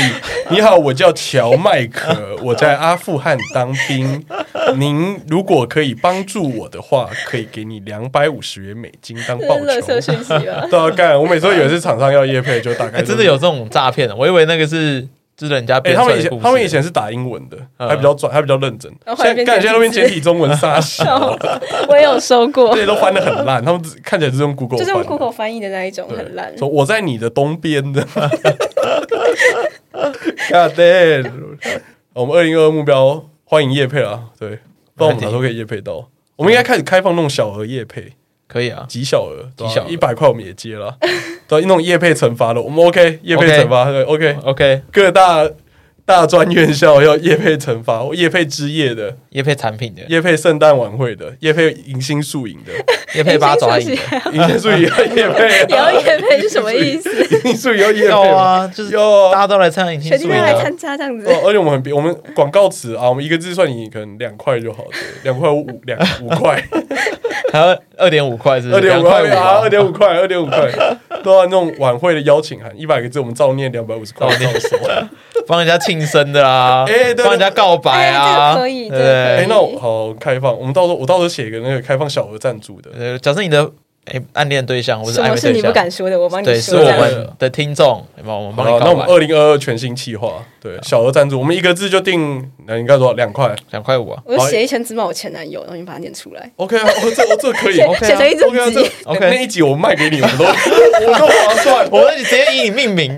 Speaker 2: 你好，我叫乔麦克，我在阿富汗当兵。您如果可以帮助我的话，可以给你两百五十元美金当报
Speaker 3: 这是垃圾
Speaker 2: 酬。
Speaker 3: 讯息吧？
Speaker 2: 对啊，干，我每次都以为是厂商要叶配，就打开、
Speaker 1: 哎，真的有。这种诈骗的，我以为那个是就是人家
Speaker 2: 哎、
Speaker 1: 编
Speaker 2: 他
Speaker 1: 出
Speaker 2: 们
Speaker 1: 来
Speaker 2: 以
Speaker 1: 的
Speaker 2: 前
Speaker 1: 故
Speaker 2: 他们以
Speaker 1: 事。
Speaker 2: 前是打英文的，
Speaker 1: 嗯
Speaker 2: 还比较转，还比较认真。
Speaker 3: 然后后来
Speaker 2: 现在
Speaker 3: 变
Speaker 2: 干，现在都变
Speaker 3: 简体字
Speaker 2: 简体中文，傻笑。
Speaker 3: 我也有收过
Speaker 2: 这，些都翻的很烂，他们只看起来就是用 Google
Speaker 3: 就是
Speaker 2: 翻的。
Speaker 3: 用 Google 翻译的那一种，很烂
Speaker 2: 对，。说我在你的东边的。God damn！我们二零二二目标欢迎叶配啊，对，不知道我们哪时候可以叶配到。我们应该开始开放那种小额叶配，
Speaker 1: 可以啊，
Speaker 2: 极小额，
Speaker 1: 极小额
Speaker 2: 一百块我们也接了， 对，那种业配惩罚的，我们 OK，业配
Speaker 1: OK
Speaker 2: 惩罚对 OK，
Speaker 1: OK，
Speaker 2: 各大大专院校要业配惩罚，业配之夜的，
Speaker 1: 也配产品的，
Speaker 2: 业配圣诞晚会的，业配迎新宿营的，
Speaker 1: 也配八爪
Speaker 3: 哎
Speaker 1: 鱼的，
Speaker 2: 迎新宿营要业配、
Speaker 3: 也要
Speaker 2: 啊，
Speaker 3: 夜配是什么意 思？
Speaker 2: 迎新宿营要业配
Speaker 1: 要
Speaker 2: 吗
Speaker 1: 啊，就是
Speaker 2: 要啊
Speaker 1: 大家都来参加迎
Speaker 3: 学
Speaker 1: 新
Speaker 3: 弟
Speaker 1: 宿
Speaker 3: 妹
Speaker 1: 营
Speaker 3: 来
Speaker 1: 啊，
Speaker 3: 参加这样子
Speaker 2: 哦对，，而且我们很我们广告词啊，我们一个字算你可能两块就好，对 两块五两五块，
Speaker 1: 还要二点五块，是不
Speaker 2: 二
Speaker 1: 是？
Speaker 2: 点五
Speaker 1: 两块
Speaker 2: 块
Speaker 1: 五
Speaker 2: 啊，
Speaker 1: 啊
Speaker 2: 二点五块，二点五块，对啊，那种晚会的邀请函，一百个字我们照念两百五十块，
Speaker 1: 照念
Speaker 2: 收。
Speaker 1: 帮人家庆生的啊，
Speaker 2: 哎对对
Speaker 1: 帮人家告白
Speaker 3: 哎
Speaker 1: 啊，
Speaker 3: 这个可以
Speaker 1: 对
Speaker 3: 这个可以
Speaker 2: 哎，
Speaker 1: 不
Speaker 2: 那我好开放，我们到时候我到时候写一个那个开放小额赞助的
Speaker 1: 对，呃，假设你的哎暗恋对象或
Speaker 3: 什
Speaker 1: 者暧
Speaker 3: 么
Speaker 1: 昧
Speaker 3: 是
Speaker 1: 对
Speaker 3: 你不
Speaker 1: 象，
Speaker 3: 敢说的，我帮你
Speaker 1: 对，是
Speaker 3: 说
Speaker 1: 我
Speaker 3: 这样子。
Speaker 1: 们的听众，有没有？我们
Speaker 2: 好
Speaker 1: 帮你
Speaker 2: 那
Speaker 1: 告
Speaker 2: 我们
Speaker 1: 白，
Speaker 2: 二零二二全新企划，对，小额赞助，我们一个字就定，那应该多少？两块
Speaker 1: 两块 五啊
Speaker 3: 我就写一千字骂我前男友，然后你把它念出来。
Speaker 2: ，OK 啊，哦，这哦 这可以
Speaker 3: 写
Speaker 2: ，OK
Speaker 3: 写
Speaker 2: 啊
Speaker 3: 成一整
Speaker 2: OK 啊
Speaker 3: 集
Speaker 2: 这
Speaker 1: OK
Speaker 2: 那一集我卖给你，我 们都我都划哦算，
Speaker 1: 我们直接以你命名，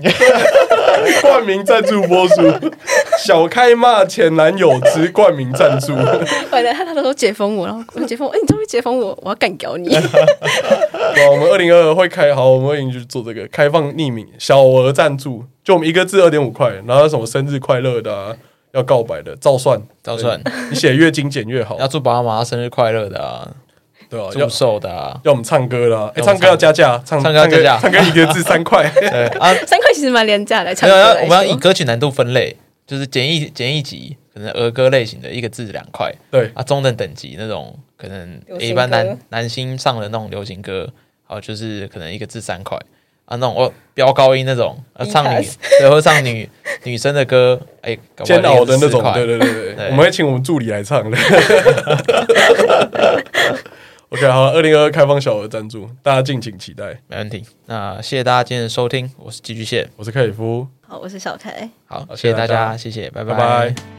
Speaker 2: 冠名赞助 播出，小开骂前男友之冠名赞助，
Speaker 3: 完了，他他都解封我，然后我解封我，哎、你终于解封我，我要干 掉你。
Speaker 2: 对啊我们二零二二会开，好，我们二零就做这个开放匿名小额赞助，就我们一个字二点五块，然后什么生日快乐的、啊，要告白的，照算，
Speaker 1: 照算
Speaker 2: 对，你写越精简越好
Speaker 1: 要，祝爸爸妈妈生日快乐的啊，
Speaker 2: 对啊，要
Speaker 1: 祝寿的啊，
Speaker 2: 要我们唱歌啦，哎、
Speaker 1: 要我们
Speaker 2: 唱歌要加价，唱
Speaker 1: 唱歌要加价
Speaker 2: 唱歌唱歌一个字三 块，
Speaker 1: 对啊，
Speaker 3: 三块其实蛮廉价的，
Speaker 1: 没
Speaker 3: 唱
Speaker 1: 有
Speaker 3: 歌
Speaker 1: 要
Speaker 3: 来说
Speaker 1: 我们要以歌曲难度分类，就是简易简易级，可能儿歌类型的一个字两块
Speaker 2: 对，
Speaker 1: 啊，中等等级那种可能
Speaker 3: 流行
Speaker 1: 一般男
Speaker 3: 歌
Speaker 1: 男星上的那种流行歌，啊，就是可能一个字三块啊，那种哦飙高音那种，啊、
Speaker 3: Be
Speaker 1: 唱女
Speaker 3: Pass
Speaker 1: 对，或唱女 女生的歌，哎、搞不好
Speaker 2: 煎熬的那种
Speaker 1: 一个，字
Speaker 2: 对对对对，
Speaker 1: 对
Speaker 2: 我们会请我们助理来唱的。OK，好，二零二二开放小额赞助，大家敬请期待。
Speaker 1: 没问题。那谢谢大家今天的收听，我是寄居蟹，
Speaker 2: 我是凯里夫，
Speaker 3: 好，我是小凯。
Speaker 1: 好，
Speaker 2: 好
Speaker 1: 谢谢大
Speaker 2: 谢谢大
Speaker 1: 家，
Speaker 2: 家
Speaker 1: 谢谢，
Speaker 2: 拜
Speaker 1: 拜
Speaker 2: 拜。